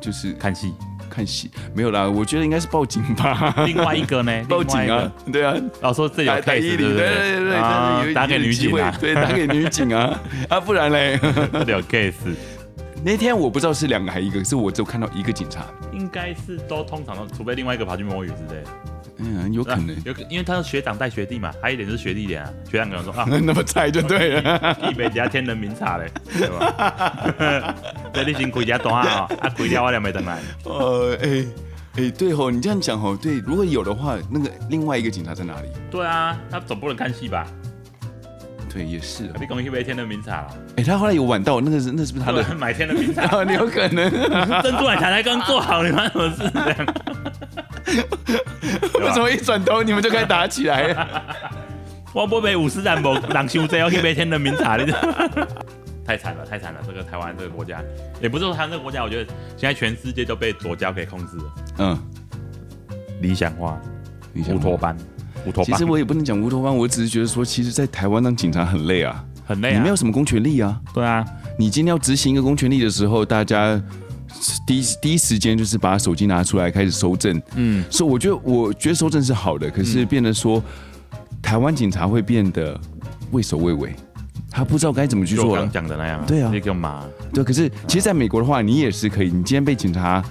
[SPEAKER 1] 就是 (laughs)
[SPEAKER 2] 看戏。
[SPEAKER 1] 看戏没有啦，我觉得应该是报警
[SPEAKER 2] (laughs)
[SPEAKER 1] 吧，
[SPEAKER 2] 另外一个呢？
[SPEAKER 1] 报警
[SPEAKER 2] 另外一
[SPEAKER 1] 啊
[SPEAKER 2] 个！，
[SPEAKER 1] 对啊，
[SPEAKER 2] 哦，说这有
[SPEAKER 1] 打打
[SPEAKER 2] case
[SPEAKER 1] 一零，对
[SPEAKER 2] 对不对
[SPEAKER 1] 对对，
[SPEAKER 2] 啊
[SPEAKER 1] 但是有
[SPEAKER 2] 打给
[SPEAKER 1] 有
[SPEAKER 2] 女
[SPEAKER 1] 机
[SPEAKER 2] 警
[SPEAKER 1] 会
[SPEAKER 2] 啊， (laughs)
[SPEAKER 1] 对，打给女警啊啊，不然嘞， (laughs)
[SPEAKER 2] 这里有 case，
[SPEAKER 1] 那天我不知道是两个还一个，是我只有看到一个警察，
[SPEAKER 2] 应该是都通常都，除非另外一个跑去摸鱼之类的。
[SPEAKER 1] 嗯，有可能
[SPEAKER 2] 啊，有可因为他是学长带学弟嘛，还有一点是学弟脸啊，学长可能说啊，
[SPEAKER 1] (laughs) 那么猜就对了。
[SPEAKER 2] 一杯加天人名茶嘞， (laughs) 对吧？ (laughs) 这你先开只
[SPEAKER 1] (laughs)
[SPEAKER 2] 单啊，啊开了我两没等来，
[SPEAKER 1] (laughs) 呃，哎、哎、对吼，你这样讲吼，对，如果有的话，那个另外一个警察在哪里？
[SPEAKER 2] 对啊，他总不能看戏吧？
[SPEAKER 1] 对，也是哦。
[SPEAKER 2] 你讲一杯天人名茶了，
[SPEAKER 1] 哎、他后来有晚到，那个是那是不是他
[SPEAKER 2] 他
[SPEAKER 1] (laughs) 的？
[SPEAKER 2] 们买天人 (laughs) 名茶，
[SPEAKER 1] 啊，你有可能。 (laughs)
[SPEAKER 2] 珍珠奶茶才刚做好，你们什么 (laughs) 事这样？对
[SPEAKER 1] 为
[SPEAKER 2] 吧
[SPEAKER 1] 什么一转头你们就开始打起 (laughs) 来了？
[SPEAKER 2] 我不被五十人无人收这，我去杯天人名茶，你知道吗？ (laughs) 太惨了，太惨了！这个台湾这个国家，也不是说台湾这个国家，我觉得现在全世界都被左交给控制了。
[SPEAKER 1] 嗯，
[SPEAKER 2] 理想化，
[SPEAKER 1] 你想
[SPEAKER 2] 乌托邦，乌托
[SPEAKER 1] 其
[SPEAKER 2] 邦
[SPEAKER 1] 实我也不能讲乌托邦，我只是觉得说，其实，在台湾当警察很累啊，
[SPEAKER 2] 很累
[SPEAKER 1] 你
[SPEAKER 2] 啊
[SPEAKER 1] 没。有什么公权力啊。
[SPEAKER 2] 对啊，
[SPEAKER 1] 你今天要执行一个公权力的时候，大家第一第一时间就是把手机拿出来开始搜证。嗯
[SPEAKER 2] 嗯，
[SPEAKER 1] 所以我觉得我觉得搜证是好的，可是变得说，台湾警察会变得畏首畏尾，他不知道该怎么去
[SPEAKER 2] 就我
[SPEAKER 1] 做
[SPEAKER 2] 刚
[SPEAKER 1] 了。
[SPEAKER 2] 讲的那样啊。
[SPEAKER 1] 对啊
[SPEAKER 2] 那个嘛，
[SPEAKER 1] 对，可是其实在美国的话，你也是可以，你今天被警察。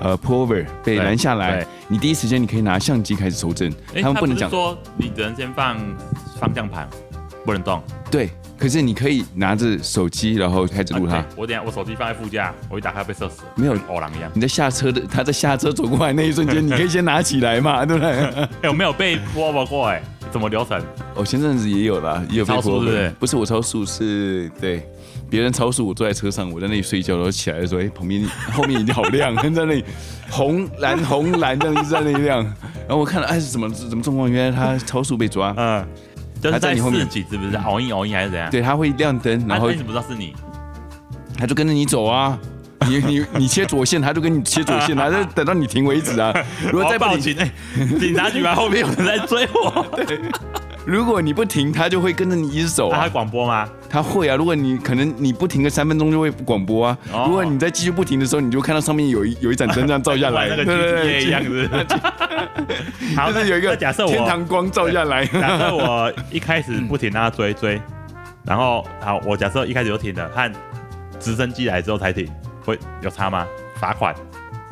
[SPEAKER 1] 呃，pull over 被
[SPEAKER 2] 对
[SPEAKER 1] 拦下来
[SPEAKER 2] 对，
[SPEAKER 1] 你第一时间你可以拿相机开始搜证，
[SPEAKER 2] 诶
[SPEAKER 1] 他们
[SPEAKER 2] 他
[SPEAKER 1] 不能
[SPEAKER 2] 是
[SPEAKER 1] 讲
[SPEAKER 2] 说你只能先放方向盘，不能动。
[SPEAKER 1] 对，可是你可以拿着手机然后开始录他
[SPEAKER 2] 啊。对我等一下我手机放在副驾，我一打开被射死了，
[SPEAKER 1] 没有
[SPEAKER 2] 跟偶狼一样。
[SPEAKER 1] 你在下车的，他在下车走过来那一瞬
[SPEAKER 2] (laughs)
[SPEAKER 1] 间，你可以先拿起来嘛，对不对？
[SPEAKER 2] 哎，我没有被波波过哎，怎么流程？
[SPEAKER 1] 我哦前阵子也有啦，也有被
[SPEAKER 2] 超速
[SPEAKER 1] 泼
[SPEAKER 2] 对不
[SPEAKER 1] 过
[SPEAKER 2] 对
[SPEAKER 1] 不是我超速，是对别人超速，我坐在车上，我在那里睡觉，然后起来的时候，哎、旁边 (laughs) 后面一定好亮，在那里红蓝红蓝这样一直在那里亮， (laughs) 然后我看了，哎，是怎么怎么状况？原来他超速被抓，
[SPEAKER 2] 嗯，就是
[SPEAKER 1] 还在
[SPEAKER 2] 在
[SPEAKER 1] 你后面
[SPEAKER 2] 四级是不是？熬一熬一还是怎样？
[SPEAKER 1] 对，他会亮灯，
[SPEAKER 2] 啊，
[SPEAKER 1] 然后
[SPEAKER 2] 那你怎么知道是你？
[SPEAKER 1] 他就跟着你走啊。 (laughs) 你你你切左线，他就跟你切左线，他就等到你停为止啊！如果
[SPEAKER 2] 我
[SPEAKER 1] 再
[SPEAKER 2] 要
[SPEAKER 1] 不
[SPEAKER 2] 报
[SPEAKER 1] 停，
[SPEAKER 2] 警哎，警察局吧，后面有人在追我。
[SPEAKER 1] 如果你不停，他就会跟着你一直走
[SPEAKER 2] 他
[SPEAKER 1] 啊
[SPEAKER 2] 还。广播吗？
[SPEAKER 1] 他会啊，如果你可能你不停个三分钟就会广播啊。
[SPEAKER 2] 哦
[SPEAKER 1] 如果你再继续不停的时候，你就看到上面有一有一盏灯这样照下来，
[SPEAKER 2] 玩
[SPEAKER 1] 对
[SPEAKER 2] 那个
[SPEAKER 1] 对
[SPEAKER 2] GTA 一
[SPEAKER 1] 对，
[SPEAKER 2] 样子。好，
[SPEAKER 1] 就是有一
[SPEAKER 2] 那
[SPEAKER 1] 个
[SPEAKER 2] 假设我
[SPEAKER 1] 天堂光照下来。
[SPEAKER 2] 假设我一开始不停让他追追，然后好，我假设一开始就停了，看直升机来之后才停，会有差吗？罚款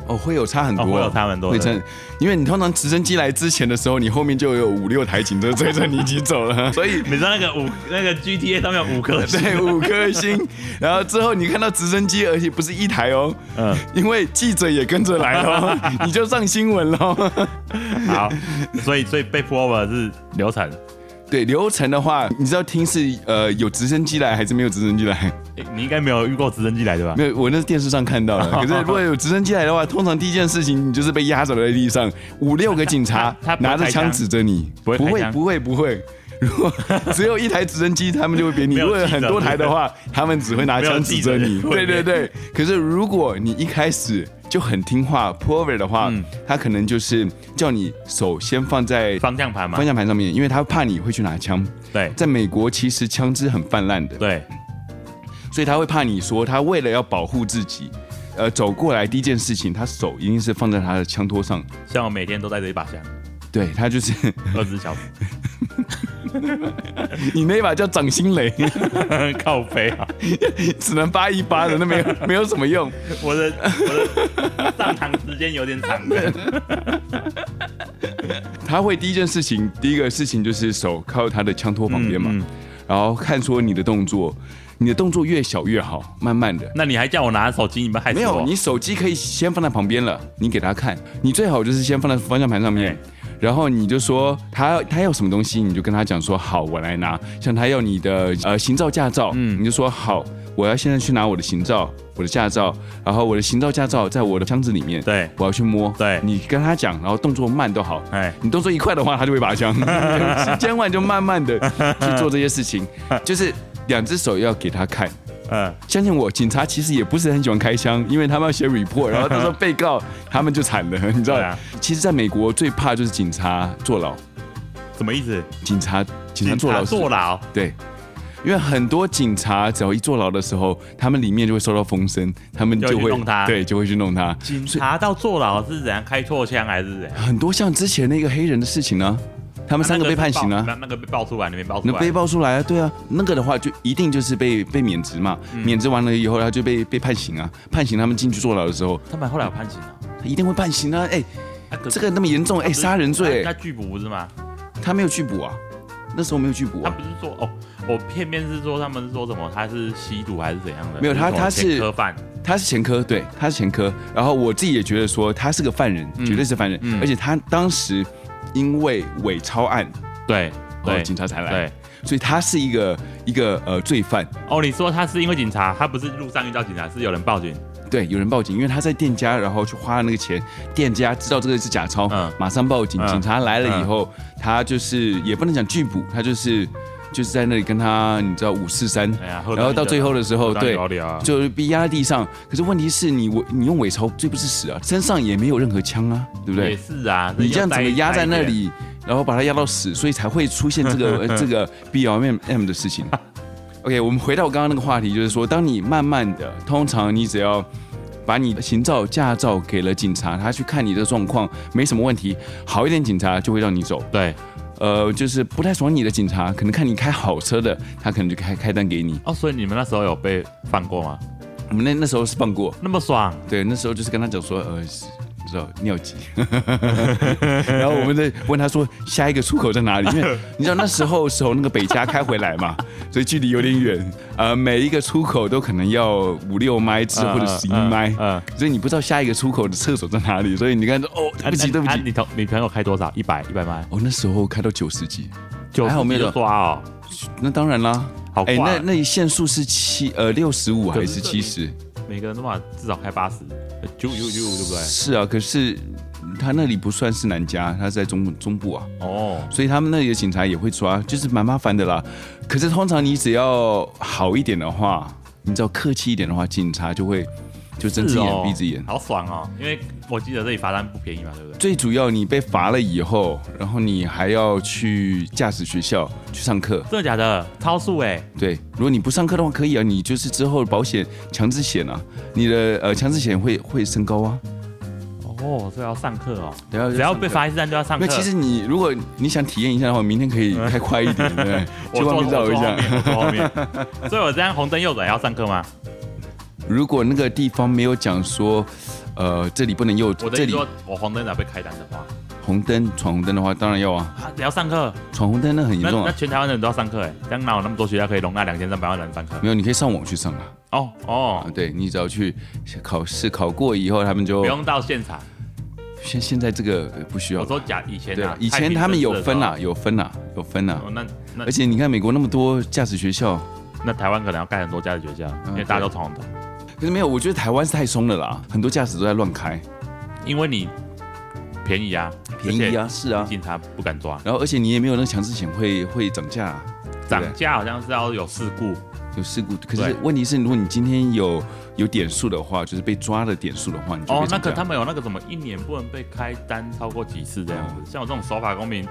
[SPEAKER 1] 哦，会有差很多，
[SPEAKER 2] 哦会有差很多
[SPEAKER 1] 会
[SPEAKER 2] 对
[SPEAKER 1] 差，因为你通常直升机来之前的时候，你后面就有五六台警车追着你一起走
[SPEAKER 2] (laughs)
[SPEAKER 1] 了，所以
[SPEAKER 2] 你知道那个五那个 GTA 上面有五颗星，
[SPEAKER 1] 对，五颗
[SPEAKER 2] (laughs)
[SPEAKER 1] 星。然后之后你看到直升机，而且不是一台哦，
[SPEAKER 2] 嗯，
[SPEAKER 1] 因为记者也跟着来
[SPEAKER 2] (laughs)
[SPEAKER 1] 喽，你就上新闻哦喽。
[SPEAKER 2] 好，所以所以被 pull over 是流程，
[SPEAKER 1] 对，流程的话，你知道听是呃有直升机来还是没有直升机来？
[SPEAKER 2] 诶你应该没有遇过直升机来对吧？
[SPEAKER 1] 没有，我那是电视上看到
[SPEAKER 2] (laughs)
[SPEAKER 1] 的。可是如果有直升机来的话，通常第一件事情你就是被压倒在地上，五六个警察
[SPEAKER 2] (laughs) 他他不会
[SPEAKER 1] 拿着
[SPEAKER 2] 开枪
[SPEAKER 1] 枪指着你，
[SPEAKER 2] 不会
[SPEAKER 1] 不
[SPEAKER 2] 开
[SPEAKER 1] 会
[SPEAKER 2] 枪
[SPEAKER 1] 不会不会。如果只有一台直升机，他们就会扁你；
[SPEAKER 2] (laughs) 没有
[SPEAKER 1] 如果有
[SPEAKER 2] 记者
[SPEAKER 1] 很多台的话，他们只会拿
[SPEAKER 2] 没有
[SPEAKER 1] 枪
[SPEAKER 2] 记
[SPEAKER 1] 指
[SPEAKER 2] 者
[SPEAKER 1] 着你。
[SPEAKER 2] 会
[SPEAKER 1] 对对对。可是如果你一开始就很听话 p o v e r 的话
[SPEAKER 2] 嗯，
[SPEAKER 1] 他可能就是叫你手先放在
[SPEAKER 2] 方向盘嘛
[SPEAKER 1] 方，向盘上面，因为他怕你会去拿枪。
[SPEAKER 2] 对
[SPEAKER 1] 在美国，其实枪支很泛滥的。
[SPEAKER 2] 对，
[SPEAKER 1] 所以他会怕你说，他为了要保护自己，呃，走过来第一件事情，他手一定是放在他的枪托上，
[SPEAKER 2] 像我每天都带着一把枪，
[SPEAKER 1] 对他就是 (laughs)
[SPEAKER 2] 二十四小时， (laughs)
[SPEAKER 1] 你那把叫掌心雷， (laughs)
[SPEAKER 2] 靠背啊，
[SPEAKER 1] 只能扒一扒的，那没有没 (laughs) 有什么用。
[SPEAKER 2] 我的我的上堂时间有
[SPEAKER 1] (laughs)
[SPEAKER 2] 点长的，
[SPEAKER 1] 他会第一件事情，第一个事情就是手靠他的枪托旁边嘛，
[SPEAKER 2] 嗯嗯
[SPEAKER 1] 然后看说你的动作，你的动作越小越好，慢慢的。
[SPEAKER 2] 那你还叫我拿手机，你们害死
[SPEAKER 1] 没有，
[SPEAKER 2] 我？
[SPEAKER 1] 你手机可以先放在旁边了，你给他看，你最好就是先放在方向盘上面，然后你就说他他要什么东西，你就跟他讲说好，我来拿。像他要你的呃行照驾照，
[SPEAKER 2] 嗯
[SPEAKER 1] 你就说好，我要现在去拿我的行照，我的驾照，然后我的行照驾照在我的箱子里面，
[SPEAKER 2] 对
[SPEAKER 1] 我要去摸。
[SPEAKER 2] 对
[SPEAKER 1] 你跟他讲，然后动作慢都
[SPEAKER 2] (laughs)
[SPEAKER 1] 好，
[SPEAKER 2] 哎，
[SPEAKER 1] 你动作一快的话，他就会拔枪。千万就慢慢的去做这些事
[SPEAKER 2] (laughs)
[SPEAKER 1] 情，就是两只手要给他看。
[SPEAKER 2] 嗯，
[SPEAKER 1] 相信我，警察其实也不是很喜欢开枪，因为他们要写
[SPEAKER 2] (laughs)
[SPEAKER 1] report，然后到时候被告他们就惨了， (laughs) 你知道
[SPEAKER 2] 对
[SPEAKER 1] 吗？
[SPEAKER 2] 啊，
[SPEAKER 1] 其实，在美国最怕就是警察坐牢，
[SPEAKER 2] 什么意思？
[SPEAKER 1] 警察警察坐牢是
[SPEAKER 2] 坐牢，
[SPEAKER 1] 对，因为很多警察只要一坐牢的时候，他们里面就会收到风声，他们
[SPEAKER 2] 就
[SPEAKER 1] 就
[SPEAKER 2] 会去
[SPEAKER 1] 会
[SPEAKER 2] 弄他
[SPEAKER 1] 对，就会去弄他。
[SPEAKER 2] 警察到坐牢是怎样开错枪还是怎样？
[SPEAKER 1] 很多像之前那个黑人的事情呢、他
[SPEAKER 2] 他
[SPEAKER 1] 们三个被判刑啊。
[SPEAKER 2] 那啊那个被爆出来，那边爆出
[SPEAKER 1] 那
[SPEAKER 2] 来，
[SPEAKER 1] 被爆出来啊，对啊，那个的话就一定就是被被免职嘛，
[SPEAKER 2] 嗯
[SPEAKER 1] 免职完了以后他就被被判刑啊，判刑他们进去坐牢的时候，
[SPEAKER 2] 他们后来有判刑了。
[SPEAKER 1] 他一定会判刑啊，哎、
[SPEAKER 2] 啊可是
[SPEAKER 1] 这个那么严重，哎、
[SPEAKER 2] 不是
[SPEAKER 1] 杀人罪、
[SPEAKER 2] 他他拒捕不是吗？
[SPEAKER 1] 他没有拒捕啊，那时候没有拒捕
[SPEAKER 2] 他
[SPEAKER 1] 啊，
[SPEAKER 2] 不是说哦，我片面是说他们是说什么？他是吸毒还是怎样的？
[SPEAKER 1] 没有他他是
[SPEAKER 2] 科犯，
[SPEAKER 1] 他是前科，对，他是前科。然后我自己也觉得说他是个犯人，绝对是犯人，
[SPEAKER 2] 嗯
[SPEAKER 1] 而且他当时因为伪钞案，
[SPEAKER 2] 对
[SPEAKER 1] 然后
[SPEAKER 2] 对
[SPEAKER 1] 哦警察才来，
[SPEAKER 2] 对。
[SPEAKER 1] 所以他是一个一个呃罪犯。
[SPEAKER 2] 哦，你说他是因为警察，他不是路上遇到警察，是有人报警。
[SPEAKER 1] 对，有人报警，因为他在店家，然后去花了那个钱，店家知道这个是假钞，
[SPEAKER 2] 嗯
[SPEAKER 1] 马上报警，
[SPEAKER 2] 嗯
[SPEAKER 1] 警察来了以后，他就是也不能讲拒捕，他就是就是在那里跟他，你知道五四三，
[SPEAKER 2] 哎呀，
[SPEAKER 1] 然后到最后的时候，对，
[SPEAKER 2] 聊聊啊，
[SPEAKER 1] 就被压在地上。可是问题是你我你用伪钞罪不是死啊，身上也没有任何枪啊，对不
[SPEAKER 2] 也
[SPEAKER 1] 对？
[SPEAKER 2] 是啊，
[SPEAKER 1] 你这样怎么压在那
[SPEAKER 2] 又带一点？
[SPEAKER 1] 里，然后把它压到死，所以才会出现这
[SPEAKER 2] (laughs)
[SPEAKER 1] 个呃这个 B L M M 的事情。OK，我们回到刚刚那个话题，就是说，当你慢慢的，通常你只要把你的行照、驾照给了警察，他去看你的状况没什么问题，好一点警察就会让你走。
[SPEAKER 2] 对，
[SPEAKER 1] 呃，就是不太爽你的警察，可能看你开好车的，他可能就开开单给你。
[SPEAKER 2] 哦，所以你们那时候有被放过吗？
[SPEAKER 1] 我们那那时候是放过，
[SPEAKER 2] 那么爽，
[SPEAKER 1] 对，那时候就是跟他讲说，呃，是你知道尿急， (laughs) 然后我们在问他说下一个出口在哪里，因为你知道那时候是从那个北加开回来嘛， (laughs) 所以距离有点远，呃，每一个出口都可能要五六麦至或者十一麦，
[SPEAKER 2] 嗯，
[SPEAKER 1] 所以你不知道下一个出口的厕所在哪里，所以你看哦，对不起对不起，
[SPEAKER 2] 你同你朋友开多少？一百一百迈，
[SPEAKER 1] 我、哦、那时候开到九十几，
[SPEAKER 2] 就
[SPEAKER 1] 还好没有
[SPEAKER 2] 抓哦，
[SPEAKER 1] 那当然啦，
[SPEAKER 2] 好啊
[SPEAKER 1] 哎，
[SPEAKER 2] 挂
[SPEAKER 1] 那那限速是七呃六十五还
[SPEAKER 2] 可
[SPEAKER 1] 是
[SPEAKER 2] 是这
[SPEAKER 1] 七十？
[SPEAKER 2] 每个人的话至少开八十，九九九，对不对？
[SPEAKER 1] 是啊，可是他那里不算是南加，他是在中中部啊。
[SPEAKER 2] 哦，
[SPEAKER 1] 所以他们那里的警察也会抓，就是蛮麻烦的啦。可是通常你只要好一点的话，你只要客气一点的话，警察就会就睁只
[SPEAKER 2] 是
[SPEAKER 1] 眼
[SPEAKER 2] 哦
[SPEAKER 1] 闭只眼。
[SPEAKER 2] 好爽哦，因为我记得这里罚单不便宜嘛，对不对？
[SPEAKER 1] 最主要你被罚了以后，然后你还要去驾驶学校去上课。
[SPEAKER 2] 真的假的？超速哎，
[SPEAKER 1] 对，如果你不上课的话，可以啊，你就是之后保险强制险啊，你的呃强制险会会升高啊。
[SPEAKER 2] 哦，这要上课哦，
[SPEAKER 1] 等下
[SPEAKER 2] 只要被
[SPEAKER 1] 上课。
[SPEAKER 2] 罚一次单就要上
[SPEAKER 1] 那
[SPEAKER 2] 课。
[SPEAKER 1] 其实你如果你想体验一下的话，明天
[SPEAKER 2] (laughs)
[SPEAKER 1] 可以开快一点，对不对，
[SPEAKER 2] 我
[SPEAKER 1] 去外
[SPEAKER 2] 坐
[SPEAKER 1] 面绕一下。
[SPEAKER 2] 我坐后面，我坐后面。所以我这样红灯右转要上课吗？
[SPEAKER 1] 如果那个地方没有讲说，呃，这里不能右，
[SPEAKER 2] 我的
[SPEAKER 1] 这
[SPEAKER 2] 意思
[SPEAKER 1] 里
[SPEAKER 2] 说，我红灯哪被开单的话，
[SPEAKER 1] 红灯闯红灯的话，当然要啊，
[SPEAKER 2] 啊，你要上课，
[SPEAKER 1] 闯红灯那很
[SPEAKER 2] 那
[SPEAKER 1] 严重
[SPEAKER 2] 那
[SPEAKER 1] 啊。
[SPEAKER 2] 全台湾人都要上课哎，这样哪有那么多学校可以容纳两千三百万人上课？
[SPEAKER 1] 没有，你可以上网去上啊。
[SPEAKER 2] 哦
[SPEAKER 1] 啊
[SPEAKER 2] 哦，，
[SPEAKER 1] 对你只要去考试考过以后，他们就
[SPEAKER 2] 不用到现场。
[SPEAKER 1] 现现在这个呃不需要
[SPEAKER 2] 我。说假以前
[SPEAKER 1] 对
[SPEAKER 2] 啊
[SPEAKER 1] 啊，，以前他们有分啊哎啦，有分啦，有分啦
[SPEAKER 2] 太。平盛世的时候。哦，那
[SPEAKER 1] 而且你看美国那么多驾驶学校，
[SPEAKER 2] 那那台湾可能要盖很多家的学校，
[SPEAKER 1] 嗯
[SPEAKER 2] 因为大家都闯红灯，
[SPEAKER 1] 可是没有，我觉得台湾是太松了啦，很多驾驶都在乱开，
[SPEAKER 2] 因为你便宜啊，
[SPEAKER 1] 便宜啊，，是啊。
[SPEAKER 2] 警察不敢抓。
[SPEAKER 1] 然后而且你也没有那个强制险会会涨价啊、对不对
[SPEAKER 2] 涨价好像是要有事故，
[SPEAKER 1] 有事故。可
[SPEAKER 2] 对
[SPEAKER 1] 是问题是，如果你今天有有点数的话，就是被抓的点数的话，你就
[SPEAKER 2] 哦
[SPEAKER 1] 被，
[SPEAKER 2] 那
[SPEAKER 1] 涨价
[SPEAKER 2] 个他们有那个什么，一年不能被开单超过几次这样
[SPEAKER 1] 嗯
[SPEAKER 2] 子。像我这种守法公民，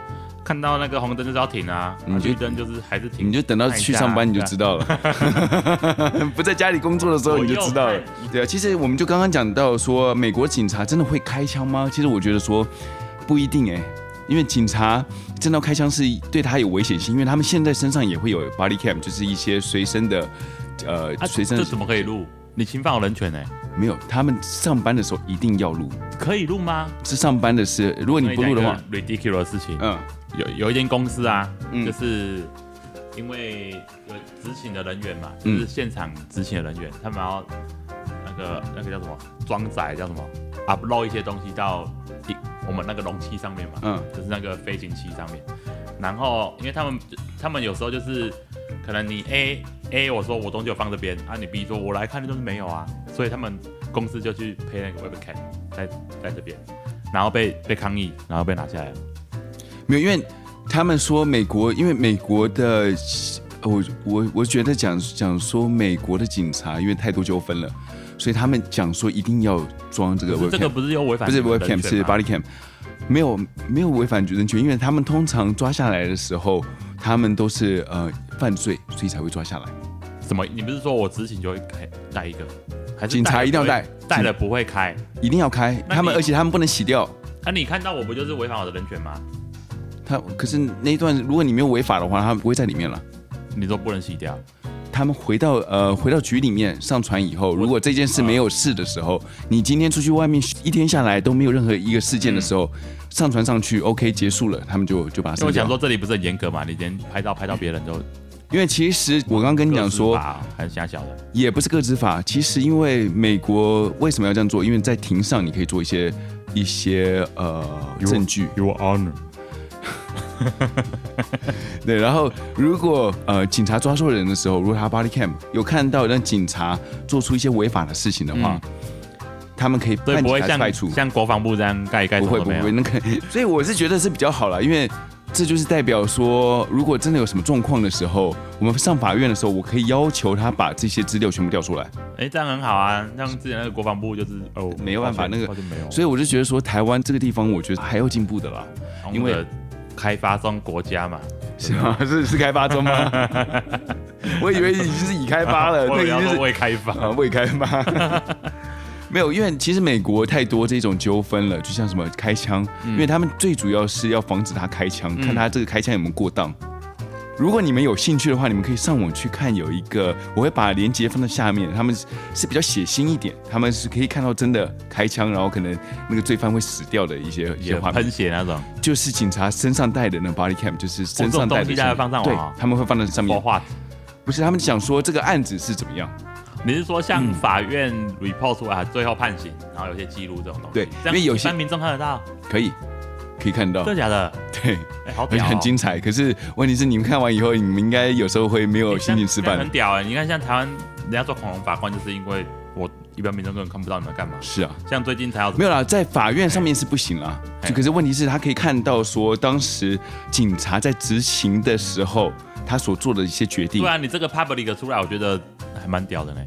[SPEAKER 2] 看到那个红灯就是要停啊，
[SPEAKER 1] 嗯你就
[SPEAKER 2] 绿灯就是还是停。
[SPEAKER 1] 你就等到
[SPEAKER 2] 看一
[SPEAKER 1] 去
[SPEAKER 2] 下
[SPEAKER 1] 上班你就
[SPEAKER 2] 对啊
[SPEAKER 1] 知道了， (laughs) 不在家里工作的时候你就知道
[SPEAKER 2] 我
[SPEAKER 1] 了
[SPEAKER 2] 又哎看。
[SPEAKER 1] 对啊，其实我们就刚刚讲到说，美国警察真的会开枪吗？其实我觉得说不一定哎、因为警察真的要开枪是对他有危险性，因为他们现在身上也会有 body cam，就是一些随身的，呃，
[SPEAKER 2] 啊，
[SPEAKER 1] 随身
[SPEAKER 2] 这怎么可以录？你侵犯我人权呢、欸
[SPEAKER 1] 没有，他们上班的时候一定要录，
[SPEAKER 2] 可以录吗？
[SPEAKER 1] 是上班的事。如果你不录的话，
[SPEAKER 2] ，ridiculous 的事情，
[SPEAKER 1] 嗯，
[SPEAKER 2] 有有一间公司啊，
[SPEAKER 1] 嗯
[SPEAKER 2] 就是因为有执勤的人员嘛，就
[SPEAKER 1] 嗯
[SPEAKER 2] 是现场执勤的人员，他们要那个那个叫什么装载叫什么 upload 一些东西到一我们那个容器上面嘛，
[SPEAKER 1] 嗯
[SPEAKER 2] 就是那个飞行器上面。然后因为他们他们有时候就是可能你 A A 我说我东西有放这边啊，你 B 说我来看的就是没有啊，所以他们公司就去配那个 webcam 在在这边，然后被被抗议，然后被拿下来了。
[SPEAKER 1] 没有，因为他们说美国，因为美国的，呃我我我觉得讲讲说美国的警察，因为太多纠纷了，所以他们讲说一定要装这个
[SPEAKER 2] 这个
[SPEAKER 1] webcam，
[SPEAKER 2] 不是又违反
[SPEAKER 1] 不是
[SPEAKER 2] 人权
[SPEAKER 1] webcam
[SPEAKER 2] 吗
[SPEAKER 1] 是 body cam，没有没有违反人权，因为他们通常抓下来的时候，他们都是呃犯罪，所以才会抓下来。
[SPEAKER 2] 什么？你不是说我执勤就会开带一个，还是
[SPEAKER 1] 警察一定要带
[SPEAKER 2] 带，带了不会开？
[SPEAKER 1] 一定要开
[SPEAKER 2] 那你
[SPEAKER 1] 他们，而且他们不能洗掉。
[SPEAKER 2] 那、你看到我不就是违反我的人权吗？
[SPEAKER 1] 他可是那一段，如果你没有违法的话，他们不会在里面了。
[SPEAKER 2] 你都不能洗掉，
[SPEAKER 1] 他们回到呃回到局里面上传以后，如果这件事没有事的时候，你今天出去外面一天下来都没有任何一个事件的时候，上传上去 OK 结束了，他们就就把它
[SPEAKER 2] 嗯
[SPEAKER 1] 删
[SPEAKER 2] 因为我
[SPEAKER 1] 掉。
[SPEAKER 2] 想说这里不是很严格嘛，你连拍照拍到别人就
[SPEAKER 1] 因为其实我刚刚跟你讲
[SPEAKER 2] 各
[SPEAKER 1] 说
[SPEAKER 2] 自，罚还是瞎小的，
[SPEAKER 1] 也不是个执法，其实因为美国为什么要这样做？因为在庭上你可以做一些一些呃证据，
[SPEAKER 2] Your Honor，
[SPEAKER 1] 对，然后如果呃警察抓错人的时候，如果他 body cam 有看到让警察做出一些违法的事情的话，他们可以
[SPEAKER 2] 嗯所以
[SPEAKER 1] 判
[SPEAKER 2] 不
[SPEAKER 1] 警
[SPEAKER 2] 会
[SPEAKER 1] 察
[SPEAKER 2] 像
[SPEAKER 1] 败处，
[SPEAKER 2] 像国防部这样盖一盖
[SPEAKER 1] 不
[SPEAKER 2] 什
[SPEAKER 1] 会
[SPEAKER 2] 么都
[SPEAKER 1] 不
[SPEAKER 2] 没有
[SPEAKER 1] 会，那个， (laughs) 所以我是觉得是比较好了，因为这就是代表说，如果真的有什么状况的时候，我们上法院的时候，我可以要求他把这些资料全部调出来。
[SPEAKER 2] 哎、这样很好啊，像之前那个国防部就是哦，
[SPEAKER 1] 没有办法
[SPEAKER 2] 抱歉
[SPEAKER 1] 那个
[SPEAKER 2] 抱歉没有，
[SPEAKER 1] 所以我就觉得说，台湾这个地方，我觉得还要进步的啦，
[SPEAKER 2] 因
[SPEAKER 1] 因为
[SPEAKER 2] 为开发中国家嘛，
[SPEAKER 1] 是吗？ (laughs) 是是开发中 (laughs) 吗？我以为已经是已开发 (laughs) 了，
[SPEAKER 2] 我
[SPEAKER 1] 呃那
[SPEAKER 2] 以
[SPEAKER 1] 已
[SPEAKER 2] 为要
[SPEAKER 1] 经是
[SPEAKER 2] 说未开发，
[SPEAKER 1] 啊，未开发。
[SPEAKER 2] (laughs)
[SPEAKER 1] 没有，因为其实美国太多这种纠纷了，就像什么开枪，
[SPEAKER 2] 嗯
[SPEAKER 1] 因为他们最主要是要防止他开枪，看他这个开枪有没有过当。如果你们有兴趣的话，你们可以上网去看，有一个我会把链接放在下面，他们是比较血腥一点，他们是可以看到真的开枪，然后可能那个罪犯会死掉的一些一些
[SPEAKER 2] 也
[SPEAKER 1] 画面，
[SPEAKER 2] 喷血那种，
[SPEAKER 1] 就是警察身上带的那 body cam，就是身
[SPEAKER 2] 哦这种
[SPEAKER 1] 上带
[SPEAKER 2] 东
[SPEAKER 1] 的上
[SPEAKER 2] 西大家
[SPEAKER 1] 面，
[SPEAKER 2] 放上网
[SPEAKER 1] 对
[SPEAKER 2] 啊，
[SPEAKER 1] 他们会放在上
[SPEAKER 2] 活
[SPEAKER 1] 面，
[SPEAKER 2] 化
[SPEAKER 1] 不是他们想说这个案子是怎么样。
[SPEAKER 2] 你是说
[SPEAKER 1] 嗯
[SPEAKER 2] 像法院 report 出来最后判刑，然后有些记录这种东西？
[SPEAKER 1] 对
[SPEAKER 2] 这
[SPEAKER 1] 因
[SPEAKER 2] 样
[SPEAKER 1] 为有
[SPEAKER 2] 一
[SPEAKER 1] 些嗯
[SPEAKER 2] 般民众看得到，
[SPEAKER 1] 可以，可以看到
[SPEAKER 2] 真，的假的？
[SPEAKER 1] 对，
[SPEAKER 2] 哎，好
[SPEAKER 1] 而且
[SPEAKER 2] 屌哦，
[SPEAKER 1] 很精彩。可是问题是，你们看完以后，你们应该有时候会没有
[SPEAKER 2] 哎
[SPEAKER 1] 心情
[SPEAKER 2] 这样
[SPEAKER 1] 吃
[SPEAKER 2] 这样
[SPEAKER 1] 饭
[SPEAKER 2] 很。屌哎！你看像台湾人家做恐龙法官，就是因为我一般民众根本看不到你们干嘛。
[SPEAKER 1] 是啊，
[SPEAKER 2] 像最近才有什么
[SPEAKER 1] 没有啦，在法院上面是不行啦。
[SPEAKER 2] 哎
[SPEAKER 1] 就可是问题是，他可以看到说，当时警察在执行的时候，他所做的一些决定
[SPEAKER 2] 对。啊，你这个 public 出来，我觉得还蛮屌的呢。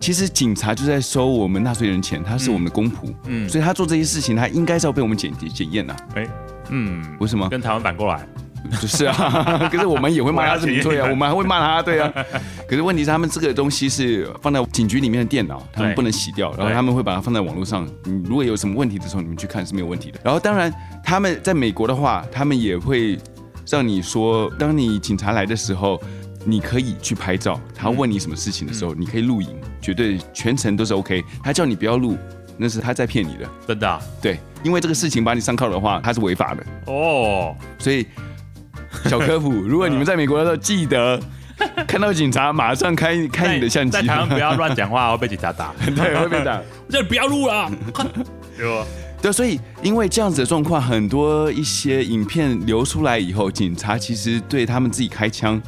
[SPEAKER 1] 其实警察就在收我们纳税人钱，他是我们的公仆，
[SPEAKER 2] 嗯
[SPEAKER 1] 所以他做这些事情，他应该是要被我们检检验呐，
[SPEAKER 2] 哎，嗯，
[SPEAKER 1] 不是吗？
[SPEAKER 2] 跟台湾反过来，
[SPEAKER 1] (laughs) 就是啊，可是我们也会骂他是没罪啊，我们还会骂他，对啊。可是问题是，他们这个东西是放在警局里面的电脑，他们
[SPEAKER 2] 对
[SPEAKER 1] 不能洗掉，然后
[SPEAKER 2] 对
[SPEAKER 1] 他们会把它放在网络上。你如果有什么问题的时候，你们去看是没有问题的。然后当然，他们在美国的话，他们也会让你说，当你警察来的时候。你可以去拍照，他问你什么事情的时候，你可以录影，绝对全程都是 OK。他叫你不要录，那是他在骗你的。
[SPEAKER 2] 真的啊
[SPEAKER 1] 对，因为这个事情把你上铐的话，它是违法的。
[SPEAKER 2] 哦，
[SPEAKER 1] 所以小科
[SPEAKER 2] (laughs)
[SPEAKER 1] 普，如果你们在美国的时候，记得
[SPEAKER 2] 嗯
[SPEAKER 1] 看到警察马上开开你的相机
[SPEAKER 2] (laughs) 在，台湾不要乱讲
[SPEAKER 1] (laughs)
[SPEAKER 2] 话，会被警察打。
[SPEAKER 1] 对，会被打。
[SPEAKER 2] 这不要录了，啊
[SPEAKER 1] (laughs)
[SPEAKER 2] 对哦吧？
[SPEAKER 1] 对，所以因为这样子的状况，很多一些影片流出来以后，警察其实对他们自己开枪，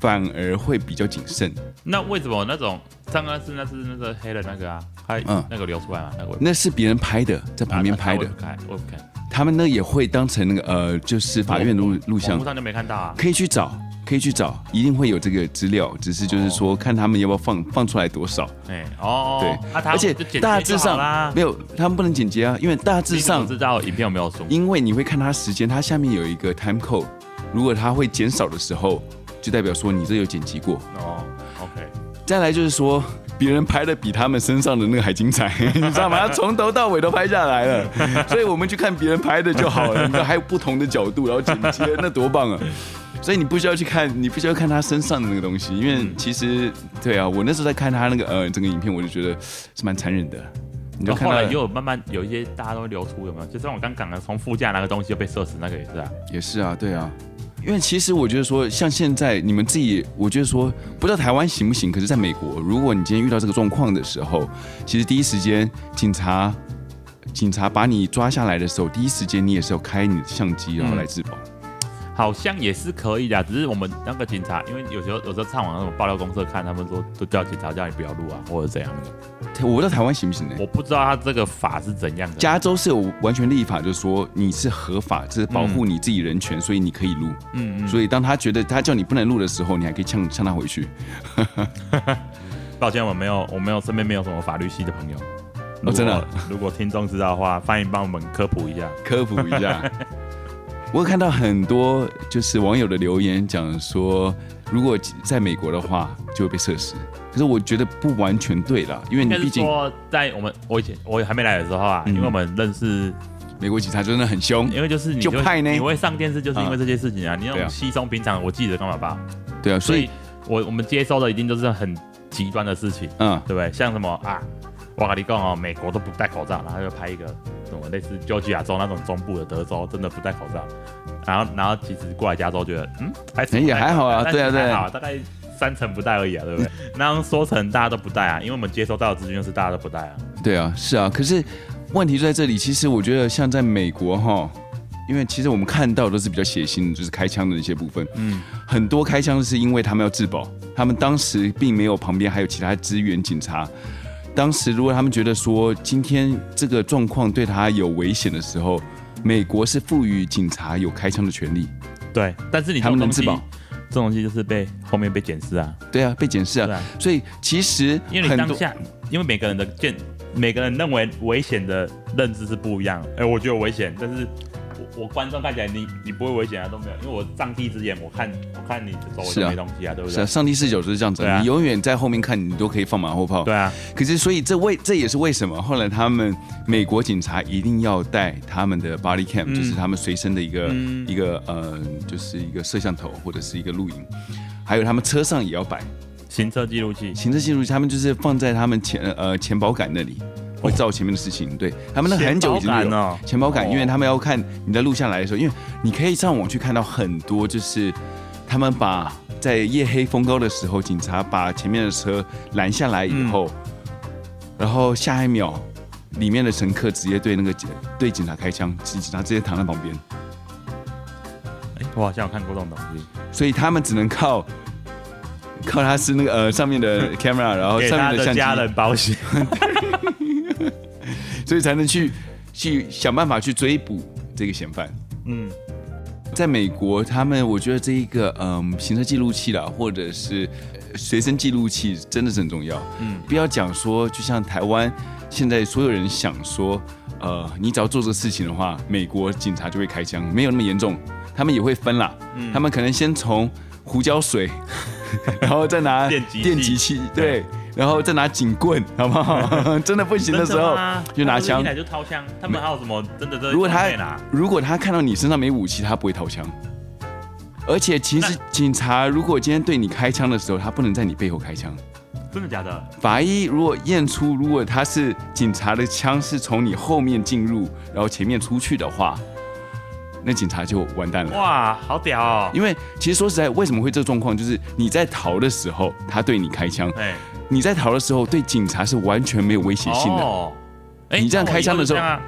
[SPEAKER 1] 反而会比较谨慎。
[SPEAKER 2] 那为什么那种刚刚是那是那个黑的那个啊，还
[SPEAKER 1] 嗯
[SPEAKER 2] 那个流出来嘛？那个我
[SPEAKER 1] 那是别人拍的，在旁边拍的，
[SPEAKER 2] 啊那我也不看，我也不看。
[SPEAKER 1] 他们呢也会当成那个呃，就是法院录录
[SPEAKER 2] 网
[SPEAKER 1] 像
[SPEAKER 2] 络，上就没看到啊。
[SPEAKER 1] 可以去找，可以去找，一定会有这个资料，只是就是
[SPEAKER 2] 哦
[SPEAKER 1] 说看他们要不要放放出来多少。
[SPEAKER 2] 哎，哦，
[SPEAKER 1] 对，
[SPEAKER 2] 啊他
[SPEAKER 1] 而且
[SPEAKER 2] 就剪辑
[SPEAKER 1] 大致
[SPEAKER 2] 就好啦
[SPEAKER 1] 上没有，他们不能剪辑啊，因为大致
[SPEAKER 2] 你怎么
[SPEAKER 1] 上，
[SPEAKER 2] 知道影片有没有输。
[SPEAKER 1] 因为你会看它时间，它下面有一个 time code，如果它会减少的时候，就代表说你这有剪辑过。
[SPEAKER 2] 哦，OK，
[SPEAKER 1] 再来就是说，别人拍的比他们身上的那个还精彩， (laughs) 你知道吗？他从头到尾都拍下来
[SPEAKER 2] (laughs)
[SPEAKER 1] 了，所以我们去看别人拍的就好了。你知道还有不同的角度，然后剪接，那多棒啊！所以你不需要去看，你不需要看他身上的那个东西，因
[SPEAKER 2] 嗯
[SPEAKER 1] 为其实对啊，我那时候在看他那个呃整个影片，我就觉得是蛮残忍的。你就
[SPEAKER 2] 然后
[SPEAKER 1] 看
[SPEAKER 2] 哦后
[SPEAKER 1] 到
[SPEAKER 2] 来又有慢慢有一些大家都流出，有没有？就像我刚讲的，从副驾拿个东西就被射死，那个也是啊。
[SPEAKER 1] 也是啊，对啊，因为其实我觉得说，像现在你们自己，我觉得说，不知道台湾行不行，可是在美国，如果你今天遇到这个状况的时候，其实第一时间警察警察把你抓下来的时候，第一时间你也是要开你的相机，然后来自保。
[SPEAKER 2] 嗯好像也是可以的，只是我们那个警察，因为有时候有时候上网那种爆料公社看，他们说都叫警察叫你不要录啊，或者怎样的。
[SPEAKER 1] 我不知道台湾行不行呢、
[SPEAKER 2] 我不知道他这个法是怎样的。
[SPEAKER 1] 加州是有完全立法，就是说你是合法，这是保护你自己人权，所以你可以录。
[SPEAKER 2] 嗯嗯，
[SPEAKER 1] 所以当他觉得他叫你不能录的时候，你还可以呛呛他回去。
[SPEAKER 2] 抱歉，我没有我没有身边没有什么法律系的朋友。如果
[SPEAKER 1] 真的啊
[SPEAKER 2] 如果听众知道的话，欢迎帮我们科普一下。
[SPEAKER 1] 科普一下。我有看到很多就是网友的留言讲说，如果在美国的话就会被射死。可是我觉得不完全对啦，因为
[SPEAKER 2] 应
[SPEAKER 1] 你
[SPEAKER 2] 该是
[SPEAKER 1] 嗯毕竟
[SPEAKER 2] 说，在我们我以前我还没来的时候啊，
[SPEAKER 1] 嗯
[SPEAKER 2] 因为我们认识，
[SPEAKER 1] 美国警察真的很凶，
[SPEAKER 2] 因为就是你
[SPEAKER 1] 就
[SPEAKER 2] 会
[SPEAKER 1] 派呢
[SPEAKER 2] 你会上电视，就是因为这些事情啊。你那
[SPEAKER 1] 对啊
[SPEAKER 2] 种稀松平常，我记得干嘛吧？
[SPEAKER 1] 对啊，所
[SPEAKER 2] 所
[SPEAKER 1] 以
[SPEAKER 2] 以我我们接收的一定都是很极端的事情，
[SPEAKER 1] 嗯，
[SPEAKER 2] 对不对？像什么啊，我跟你讲哦，美国都不戴口罩，然后就拍一个什么类似乔治亚州那种中部的德州真的不戴口罩，然后然后其实过来加州觉得嗯还是不戴口罩
[SPEAKER 1] 也还好啊
[SPEAKER 2] 但
[SPEAKER 1] 对啊
[SPEAKER 2] 是还
[SPEAKER 1] 对啊
[SPEAKER 2] 好啊，大概三成不戴而已啊，对不对？那样说成大家都不戴啊，因为我们接收到的资讯就是大家都不戴啊，
[SPEAKER 1] 对啊，是啊。可是问题就在这里，其实我觉得像在美国哈，因为其实我们看到都是比较血腥的，就是开枪的一些部分。
[SPEAKER 2] 嗯，
[SPEAKER 1] 很多开枪是因为他们要自保，他们当时并没有旁边还有其他支援警察。当时如果他们觉得说今天这个状况对他有危险的时候，美国是赋予警察有开枪的权利，
[SPEAKER 2] 对。但是你
[SPEAKER 1] 他
[SPEAKER 2] 这种
[SPEAKER 1] 们能
[SPEAKER 2] 东
[SPEAKER 1] 自
[SPEAKER 2] 西，
[SPEAKER 1] 保。
[SPEAKER 2] 这种东西就是被后面被检视啊，
[SPEAKER 1] 对啊，被检视
[SPEAKER 2] 对
[SPEAKER 1] 啊
[SPEAKER 2] 啊，
[SPEAKER 1] 所以其实
[SPEAKER 2] 因为你
[SPEAKER 1] 很
[SPEAKER 2] 当
[SPEAKER 1] 多
[SPEAKER 2] 下，因为每个人的见，每个人认为危险的认知是不一样。哎、我觉得危险，但是我我观众看起来你你不会危险啊，都没有，因为我上帝之眼，我看我看你的手我
[SPEAKER 1] 是
[SPEAKER 2] 就
[SPEAKER 1] 啊
[SPEAKER 2] 没东西啊，对不
[SPEAKER 1] 是啊，
[SPEAKER 2] 对？
[SPEAKER 1] 上帝视角就是这样子，
[SPEAKER 2] 对啊
[SPEAKER 1] 你永远在后面看，你都可以放马后炮。
[SPEAKER 2] 对啊，
[SPEAKER 1] 可是，所以这为这也是为什么后来他们美国警察一定要带他们的 body cam，、
[SPEAKER 2] 嗯
[SPEAKER 1] 就是他们随身的一个、
[SPEAKER 2] 嗯
[SPEAKER 1] 一个呃，就是一个摄像头或者是一个录影，还有他们车上也要摆
[SPEAKER 2] 行车记录器，
[SPEAKER 1] 行车记录器，他们就是放在他们前呃钱包杆那里，会照前面的事情。对他们那个很久以前就有
[SPEAKER 2] 哦钱包杆哦
[SPEAKER 1] 钱包杆，
[SPEAKER 2] 哦
[SPEAKER 1] 因为他们要看你在录下来的时候，因为你可以上网去看到很多，就是他们把在夜黑风高的时候，警察把前面的车拦下来以
[SPEAKER 2] 嗯
[SPEAKER 1] 后，然后下一秒里面的乘客直接对那个警对警察开枪，警察直接躺在旁边，
[SPEAKER 2] 哎、我好像有看过这种东西，
[SPEAKER 1] 所以他们只能靠。靠，他是那个呃上面
[SPEAKER 2] (laughs)
[SPEAKER 1] 的 camera，然后
[SPEAKER 2] 给
[SPEAKER 1] 哦上
[SPEAKER 2] 他
[SPEAKER 1] 面
[SPEAKER 2] 的
[SPEAKER 1] 相机，
[SPEAKER 2] 家人
[SPEAKER 1] (laughs)
[SPEAKER 2] 保险。
[SPEAKER 1] 所以才能去去想办法去追捕这个嫌犯。
[SPEAKER 2] 嗯，
[SPEAKER 1] 在美国，他们我觉得这一个嗯行车记录器啦，或者是呃随身记录器，真的是很重要。
[SPEAKER 2] 嗯
[SPEAKER 1] 嗯，不要讲说，就像台湾现在所有人想说，呃，你只要做这个事情的话，美国警察就会开枪，没有那么严重，他们也会分啦。他们可能先从胡椒水，然后再拿
[SPEAKER 2] 电击器
[SPEAKER 1] 电击器，对，然后再拿警棍，好不好？真的不行的时候就拿枪
[SPEAKER 2] 进。来就掏枪，他们还有什么真的真的？
[SPEAKER 1] 如果他
[SPEAKER 2] 拿，
[SPEAKER 1] 如果他看到你身上没武器，他不会掏枪。而且，其实警察如果今天对你开枪的时候，他不能在你背后开枪，
[SPEAKER 2] 真的假的？
[SPEAKER 1] 法医如果验出，如果他是警察的枪是从你后面进入，然后前面出去的话，那警察就完蛋了。
[SPEAKER 2] 哇，好屌哦！
[SPEAKER 1] 因为其实说实在，为什么会这个状况？就是你在逃的时候，他对你开枪；
[SPEAKER 2] 哎，
[SPEAKER 1] 你在逃的时候，对警察是完全没有威胁性的。
[SPEAKER 2] 哦。哎
[SPEAKER 1] 你这样
[SPEAKER 2] 那我
[SPEAKER 1] 开枪的时候
[SPEAKER 2] 以后就这样啊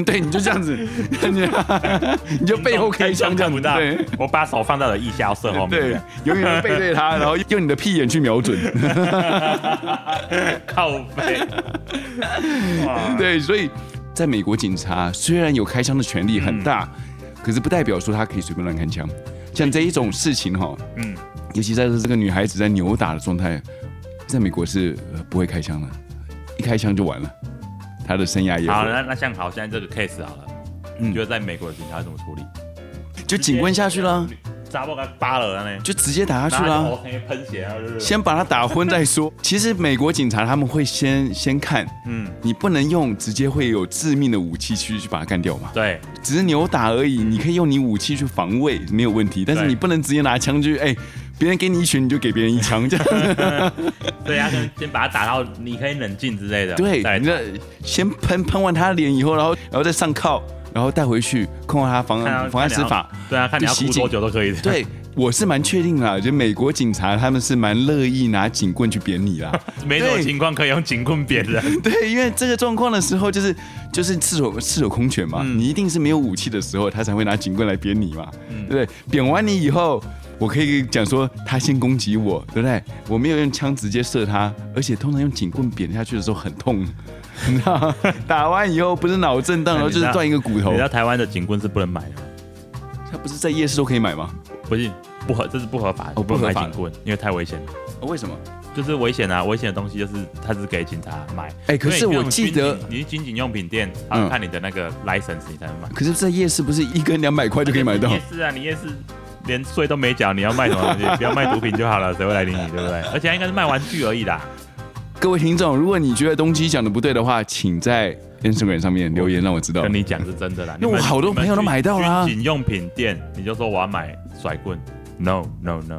[SPEAKER 1] (laughs) 对，你就这样子，你就背后开枪这样
[SPEAKER 2] 不
[SPEAKER 1] (laughs) 子。
[SPEAKER 2] 到
[SPEAKER 1] 对，
[SPEAKER 2] 我把手放到了腋下射后
[SPEAKER 1] (laughs)
[SPEAKER 2] 面，
[SPEAKER 1] 对，永远都背对他，然后用你的屁眼去瞄
[SPEAKER 2] (laughs)
[SPEAKER 1] 准。
[SPEAKER 2] 靠背。哇
[SPEAKER 1] 对，所以在美国，警察虽然有开枪的权利很大，
[SPEAKER 2] 嗯
[SPEAKER 1] 可是不代表说他可以随便乱开枪。像这一种事情哈，
[SPEAKER 2] 嗯，
[SPEAKER 1] 尤其在这个女孩子在扭打的状态，在美国是呃不会开枪的，一开枪就完了，她的生涯也
[SPEAKER 2] 好，
[SPEAKER 1] 毁
[SPEAKER 2] 那那像好，现在这个 case 好了，
[SPEAKER 1] 嗯
[SPEAKER 2] 你觉得在美国的警察怎么处理？
[SPEAKER 1] 就警棍下去了，，
[SPEAKER 2] 扎爆给他扒了呢，
[SPEAKER 1] 就直接打下去
[SPEAKER 2] 然后他就
[SPEAKER 1] 了。
[SPEAKER 2] 头黑喷血，然后就是
[SPEAKER 1] 先把她打昏再
[SPEAKER 2] (laughs)
[SPEAKER 1] 说。其实美国警察他们会先先看，
[SPEAKER 2] 嗯，
[SPEAKER 1] 你不能用直接会有致命的武器去去把它干掉嘛。
[SPEAKER 2] 对，
[SPEAKER 1] 只是扭打而已，你可以用你武器去防卫，没有问题。但是
[SPEAKER 2] 对
[SPEAKER 1] 你不能直接拿枪去，哎、别人给你一拳，你就给别人一枪，这样
[SPEAKER 2] (laughs) 对啊，先先把他打到你可以冷静之类的，
[SPEAKER 1] 对
[SPEAKER 2] 再。来
[SPEAKER 1] 你这先喷喷完他的脸以后，然后然后再上铐，然后带回去控告他妨
[SPEAKER 2] 看他
[SPEAKER 1] 妨碍
[SPEAKER 2] 看你
[SPEAKER 1] 司
[SPEAKER 2] 要
[SPEAKER 1] 法。
[SPEAKER 2] 对啊，看你要
[SPEAKER 1] 就袭
[SPEAKER 2] 哭
[SPEAKER 1] 警
[SPEAKER 2] 多久都可以的，
[SPEAKER 1] 对，我是蛮确定啦，就美国警察他们是蛮乐意拿警棍去扁你啦。
[SPEAKER 2] (laughs) (laughs) 没什么
[SPEAKER 1] 对
[SPEAKER 2] 情况可以用警棍扁人，
[SPEAKER 1] (laughs) 对，因为这个状况的时候，就是就是赤手赤手空拳嘛，
[SPEAKER 2] 嗯
[SPEAKER 1] 你一定是没有武器的时候，他才会拿警棍来扁你嘛，
[SPEAKER 2] 嗯
[SPEAKER 1] 对不对？扁完你以后，我可以讲说他先攻击我，对不对？我没有用枪直接射他，而且通常用警棍扁下去的时候很痛，你知道吗？ (laughs) 打完以后不是脑震荡，然后就是断一个骨头
[SPEAKER 2] 你知。道台湾的警棍是不能买的吗，
[SPEAKER 1] 他不是在夜市都可以买吗？
[SPEAKER 2] 不是不合，这是不合法的，
[SPEAKER 1] 哦
[SPEAKER 2] 不能买
[SPEAKER 1] 不合法
[SPEAKER 2] 警棍，因为太危险了。
[SPEAKER 1] 哦为什么？
[SPEAKER 2] 就是危险啊！危险的东西就是它只给警察买。
[SPEAKER 1] 哎可是
[SPEAKER 2] 因为你
[SPEAKER 1] 我记
[SPEAKER 2] 去
[SPEAKER 1] 得
[SPEAKER 2] 军警你去军警用品店，他会
[SPEAKER 1] 嗯
[SPEAKER 2] 看你的那个 license 你才能买，
[SPEAKER 1] 可是，在夜市不是一根两百块就可以买
[SPEAKER 2] (laughs)
[SPEAKER 1] 到
[SPEAKER 2] 你？夜市啊，你夜市连税都没缴，你要卖什么
[SPEAKER 1] (laughs)
[SPEAKER 2] 东西？不要卖毒品就好了，谁会来理你，对不对？而且它应该是卖玩具而已啦。
[SPEAKER 1] 各位听众，如果你觉得东西讲的不对的话，请在 Instagram 上面留言让我知道。
[SPEAKER 2] 跟你讲是真的啦。
[SPEAKER 1] 那我
[SPEAKER 2] 你们
[SPEAKER 1] 好多
[SPEAKER 2] 你们
[SPEAKER 1] 朋友都
[SPEAKER 2] 去
[SPEAKER 1] 买到啦
[SPEAKER 2] 军警用品店，你就说我要买甩棍，no no no。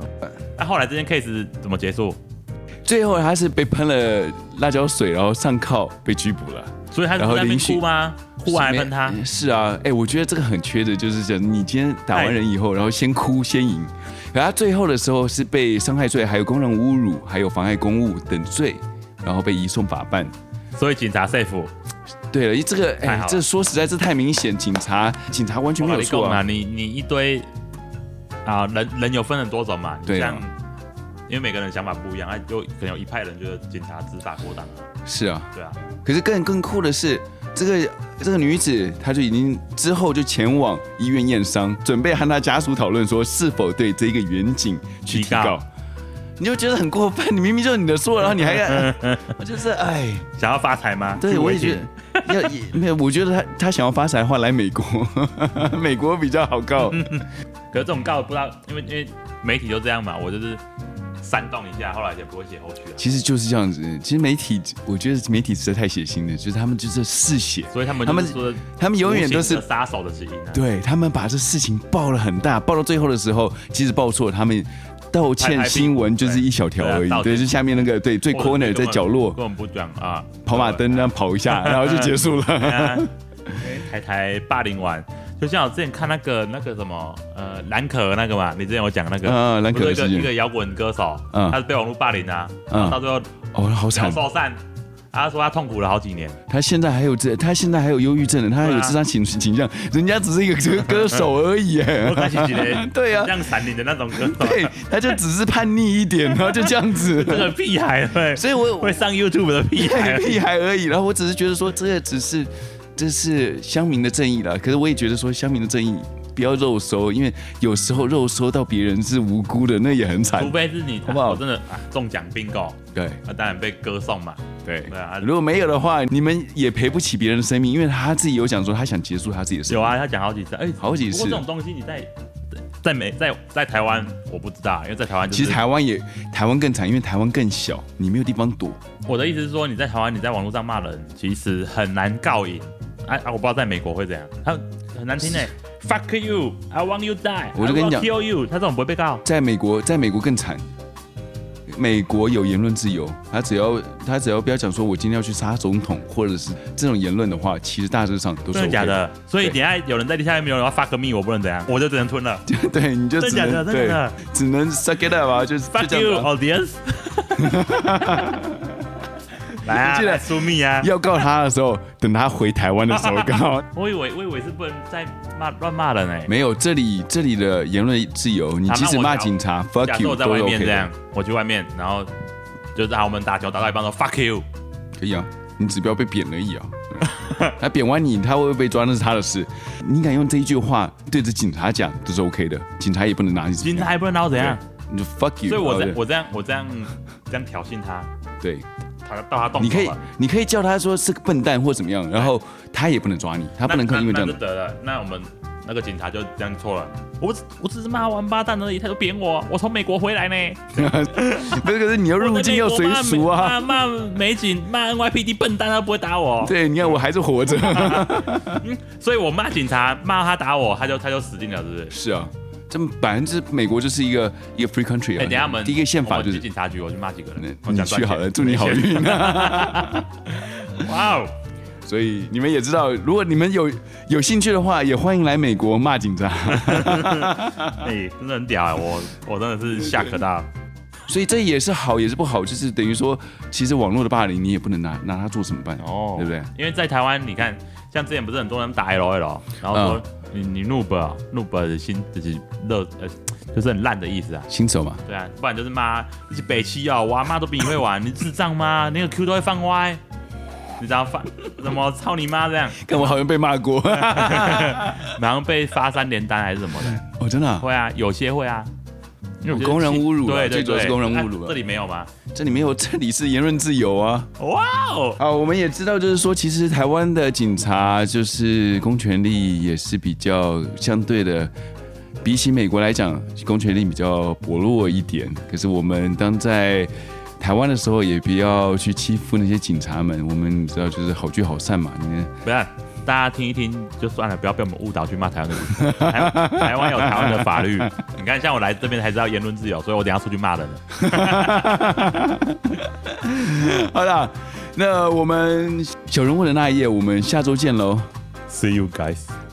[SPEAKER 2] 那后来这件 case 怎么结束？
[SPEAKER 1] 最后他是被喷了辣椒水，然后上铐被拘捕了。
[SPEAKER 2] 所以他是
[SPEAKER 1] 然后
[SPEAKER 2] 在那边
[SPEAKER 1] 允许
[SPEAKER 2] 哭吗？哭完还喷他？
[SPEAKER 1] 是是啊，哎、我觉得这个很缺的，就是讲你今天打完人以后，然后先哭先赢，然后他最后的时候是被伤害罪，还有公然侮辱，还有妨碍公务等罪，然后被移送法办。
[SPEAKER 2] 所以警察 safe。
[SPEAKER 1] 对了，这个
[SPEAKER 2] 太
[SPEAKER 1] 哎、
[SPEAKER 2] 好了
[SPEAKER 1] 这说实在，这太明显，警察警察完全
[SPEAKER 2] 我
[SPEAKER 1] 没
[SPEAKER 2] 跟
[SPEAKER 1] 有
[SPEAKER 2] 你
[SPEAKER 1] 错
[SPEAKER 2] 讲啊，
[SPEAKER 1] 啊。
[SPEAKER 2] 你你一堆啊，人人有分很多种嘛，你
[SPEAKER 1] 对啊
[SPEAKER 2] 像因为每个人想法不一样，啊，有可能有一派人觉得警察执法过当，
[SPEAKER 1] 是啊，
[SPEAKER 2] 对啊，
[SPEAKER 1] 可是更更酷的是，这个这个女子她就已经之后就前往医院验伤，准备和她家属讨论说是否对这个远景去提
[SPEAKER 2] 提告
[SPEAKER 1] 告。你就觉得很过分，你明明就是你的错，然后你还
[SPEAKER 2] (laughs)
[SPEAKER 1] 要，我就是哎，
[SPEAKER 2] 想要发财吗？
[SPEAKER 1] 对
[SPEAKER 2] 去
[SPEAKER 1] 我
[SPEAKER 2] 维
[SPEAKER 1] 也觉
[SPEAKER 2] 权
[SPEAKER 1] 得。要也没有，我觉得他他想要发财的话来美国， (laughs) 美国比较好
[SPEAKER 2] (laughs)
[SPEAKER 1] 告。
[SPEAKER 2] 可是这种告不知道，因为因为媒体就这样嘛，我就是煽动一下，后来也不会写后续啊了，
[SPEAKER 1] 其实就是这样子，其实媒体，我觉得媒体实在太血腥了，就是他们就是嗜血，
[SPEAKER 2] 所以他们
[SPEAKER 1] 他们
[SPEAKER 2] 就是说
[SPEAKER 1] 他们永远都是
[SPEAKER 2] 无形的杀手的基因啊，
[SPEAKER 1] 对他们把这事情爆了很大，爆到最后的时候，即使爆错，他们道
[SPEAKER 2] 拍拍
[SPEAKER 1] 歉
[SPEAKER 2] 屁股
[SPEAKER 1] 新闻就是一小条
[SPEAKER 2] 对啊
[SPEAKER 1] 而已
[SPEAKER 2] 道，歉
[SPEAKER 1] 对，就下面那个对最
[SPEAKER 2] 或者是
[SPEAKER 1] corner
[SPEAKER 2] 根
[SPEAKER 1] 在
[SPEAKER 2] 本
[SPEAKER 1] 角落
[SPEAKER 2] 根本不讲啊，
[SPEAKER 1] 跑马灯那样跑一下，然后就结束了。
[SPEAKER 2] 啊， (laughs) 台台霸凌完，就像我之前看那个那个什么呃蓝可儿那个嘛，你之前有讲
[SPEAKER 1] (laughs)
[SPEAKER 2] 那个，
[SPEAKER 1] 嗯嗯蓝可儿
[SPEAKER 2] 不是有
[SPEAKER 1] 事
[SPEAKER 2] 一个
[SPEAKER 1] 件
[SPEAKER 2] 一个摇滚歌手，
[SPEAKER 1] 嗯
[SPEAKER 2] 他是被网络霸凌啊，
[SPEAKER 1] 嗯
[SPEAKER 2] 然后到最后
[SPEAKER 1] 哦，好惨！
[SPEAKER 2] 脚受伤，啊他说他痛苦了好几年，
[SPEAKER 1] 他现在还有这，他现在还有忧郁症呢，他还
[SPEAKER 2] 对
[SPEAKER 1] 有
[SPEAKER 2] 啊
[SPEAKER 1] 智商倾倾向，人家只是一个歌歌手而已。哎，
[SPEAKER 2] (laughs) 我开心几年
[SPEAKER 1] (laughs) 对啊
[SPEAKER 2] 像闪灵的那种歌手，啊
[SPEAKER 1] 对，他就只是叛逆一点，然后就这样子
[SPEAKER 2] (laughs) 这。个屁孩对，
[SPEAKER 1] 所以我
[SPEAKER 2] 会上 YouTube 的屁孩，
[SPEAKER 1] (laughs)
[SPEAKER 2] 啊
[SPEAKER 1] 屁孩而已。然后我只是觉得说，这个只是这是乡民的正义了。可是我也觉得说，乡民的正义不要肉搜，因为有时候肉搜到别人是无辜的，那也很惨
[SPEAKER 2] 除。非是你，
[SPEAKER 1] 好不好
[SPEAKER 2] 我真的啊中奖 bingo，
[SPEAKER 1] 对
[SPEAKER 2] 那当然被歌颂嘛，
[SPEAKER 1] 对
[SPEAKER 2] 对啊。
[SPEAKER 1] 如果没有的话，你们也赔不起别人的生命，因为他自己有讲说他想结束他自己的生
[SPEAKER 2] 有
[SPEAKER 1] 命。
[SPEAKER 2] 啊，他讲好几次，哎、
[SPEAKER 1] 好几
[SPEAKER 2] 不过
[SPEAKER 1] 次
[SPEAKER 2] 这种东西你在在美在在台湾我不知道，啊因为在台湾、就是、
[SPEAKER 1] 其实台湾也台湾更惨，因为台湾更小，你没有地方躲。
[SPEAKER 2] 我的意思是说，你在台湾，你在网络上骂人，其实很难告赢。哎啊我不知道在美国会怎样，他很难听呢、Fuck 欸 you, I want you die,
[SPEAKER 1] 我就跟你讲
[SPEAKER 2] I will kill you，他这种不会被告。
[SPEAKER 1] 在美国，在美国更惨。美国有言论自由，他只要他只要不要讲说我今天要去杀总统，或者是这种言论的话，其实大致上都是、
[SPEAKER 2] 真
[SPEAKER 1] OK、
[SPEAKER 2] 的假？的？所以
[SPEAKER 1] 对
[SPEAKER 2] 等一下有人在地下面有人要 fuck me，我不能怎样，我就只能吞了。
[SPEAKER 1] (laughs) 对，你就
[SPEAKER 2] 真
[SPEAKER 1] 只
[SPEAKER 2] 的假的？
[SPEAKER 1] 能
[SPEAKER 2] 真
[SPEAKER 1] 对，
[SPEAKER 2] 的假的
[SPEAKER 1] 只能 suck it up 啊，就是就
[SPEAKER 2] ？Fuck
[SPEAKER 1] 这
[SPEAKER 2] you,
[SPEAKER 1] 样子啊。
[SPEAKER 2] audience！来啊，
[SPEAKER 1] 你竟然
[SPEAKER 2] 来输密啊！
[SPEAKER 1] 要告他的时候，等他回台湾的时候告。
[SPEAKER 2] 我以为我以为是不能再骂乱骂人
[SPEAKER 1] (laughs)
[SPEAKER 2] 哎、
[SPEAKER 1] 没有，这里这里的言论自由，你
[SPEAKER 2] 好
[SPEAKER 1] 即
[SPEAKER 2] 那
[SPEAKER 1] 使
[SPEAKER 2] 我
[SPEAKER 1] 骂
[SPEAKER 2] 假
[SPEAKER 1] 警察
[SPEAKER 2] (laughs) 假
[SPEAKER 1] ，fuck
[SPEAKER 2] 设我
[SPEAKER 1] you
[SPEAKER 2] 在
[SPEAKER 1] 都
[SPEAKER 2] 外
[SPEAKER 1] 是
[SPEAKER 2] 面
[SPEAKER 1] OK
[SPEAKER 2] 这
[SPEAKER 1] 的
[SPEAKER 2] 样，，我去外面，然后就是啊，我们打球打到一半说 fuck you，
[SPEAKER 1] 可以啊，你只不要被扁而已啊。嗯他扁完你，他会不会被抓那是他的事。你敢用这一句话对着警察讲，这是 OK 的，警察也不能拿你怎么
[SPEAKER 2] 警
[SPEAKER 1] 样
[SPEAKER 2] 察还不能拿我怎样？
[SPEAKER 1] 你就 fuck you。
[SPEAKER 2] 所以我
[SPEAKER 1] 对
[SPEAKER 2] 这
[SPEAKER 1] 不
[SPEAKER 2] 我这样我这样这样挑衅他，
[SPEAKER 1] 对对，
[SPEAKER 2] 他到他动手
[SPEAKER 1] 你可以
[SPEAKER 2] 了
[SPEAKER 1] 你可以叫他说是个笨蛋或怎么样，然后他也不能抓你，他
[SPEAKER 2] 那
[SPEAKER 1] 不能
[SPEAKER 2] 那
[SPEAKER 1] 看因为这
[SPEAKER 2] 那
[SPEAKER 1] 样
[SPEAKER 2] 就
[SPEAKER 1] 的。
[SPEAKER 2] 得了。那我们那个警察就这样错了，我只我只是骂王八蛋而已，他就扁我，我从美国回来呢。
[SPEAKER 1] 不是，可是你要入境要随俗啊。
[SPEAKER 2] 我在美国骂美骂骂美警骂 NYPD 笨蛋，他不会打我，
[SPEAKER 1] 对，你看我还是活
[SPEAKER 2] (laughs)
[SPEAKER 1] 着。
[SPEAKER 2] 所以我骂警察骂他打我，他就他就死定了，是不是？
[SPEAKER 1] 是啊，这百分之美国就是一个一个 free country
[SPEAKER 2] 哎、等一下我
[SPEAKER 1] 啊。
[SPEAKER 2] 们
[SPEAKER 1] 第一个宪法就
[SPEAKER 2] 我们去
[SPEAKER 1] 是嗯
[SPEAKER 2] 警察局，我去骂几个人，我
[SPEAKER 1] 你
[SPEAKER 2] 想赚
[SPEAKER 1] 去
[SPEAKER 2] 钱
[SPEAKER 1] 好了，祝你好。运啊！
[SPEAKER 2] (laughs) 哇哦，
[SPEAKER 1] (laughs) 所以你们也知道，如果你们有有兴趣的话，也欢迎来美国骂警察。 (laughs)
[SPEAKER 2] 哎、真的很屌哎、我我真的是下可大。
[SPEAKER 1] 所以这也是好，也是不好，就是等于说，其实网络的霸凌你也不能拿拿它做什么办
[SPEAKER 2] 哦
[SPEAKER 1] 对不对？
[SPEAKER 2] 因为在台湾，你看，像之前不是很多人打 LOL，然后
[SPEAKER 1] 嗯
[SPEAKER 2] 说、你你 noob 啊，noob 的心就是乐呃，就是很烂的意思啊。
[SPEAKER 1] 新手嘛，
[SPEAKER 2] 对啊，不然就是骂你是北七啊、我阿妈都比你会玩，你智障吗？ (laughs) 连个 Q 都会放歪，你知道放什么操你妈这样，
[SPEAKER 1] 看我好像被骂
[SPEAKER 2] (laughs)
[SPEAKER 1] 过，
[SPEAKER 2] 马上被发三连单还是什么的？
[SPEAKER 1] 哦，真的啊、
[SPEAKER 2] 会啊，有些会啊。因为我觉得
[SPEAKER 1] 公然
[SPEAKER 2] 其
[SPEAKER 1] 侮辱啊
[SPEAKER 2] 对
[SPEAKER 1] 最
[SPEAKER 2] 对
[SPEAKER 1] 主要
[SPEAKER 2] 对，
[SPEAKER 1] 是公然侮辱啊
[SPEAKER 2] 啊这里没有吗？
[SPEAKER 1] 这里没有，这里是言论自由啊。
[SPEAKER 2] 哇哦，
[SPEAKER 1] 啊，我们也知道，就是说，其实台湾的警察就是公权力也是比较相对的，比起美国来讲，公权力比较薄弱一点。可是我们当在台湾的时候，也不要去欺负那些警察们。我们你知道，就是好聚好散嘛。 (laughs) 你看
[SPEAKER 2] 不要，大家听一听就算了，不要被我们误导去骂台湾的警 (laughs) 察。台台湾有台湾的法律，你看，像我来这边才知道言论自由，所以我等一下出去骂人了。
[SPEAKER 1] 好啦，那我们小人物的那一页，我们下周见喽。
[SPEAKER 2] See you guys。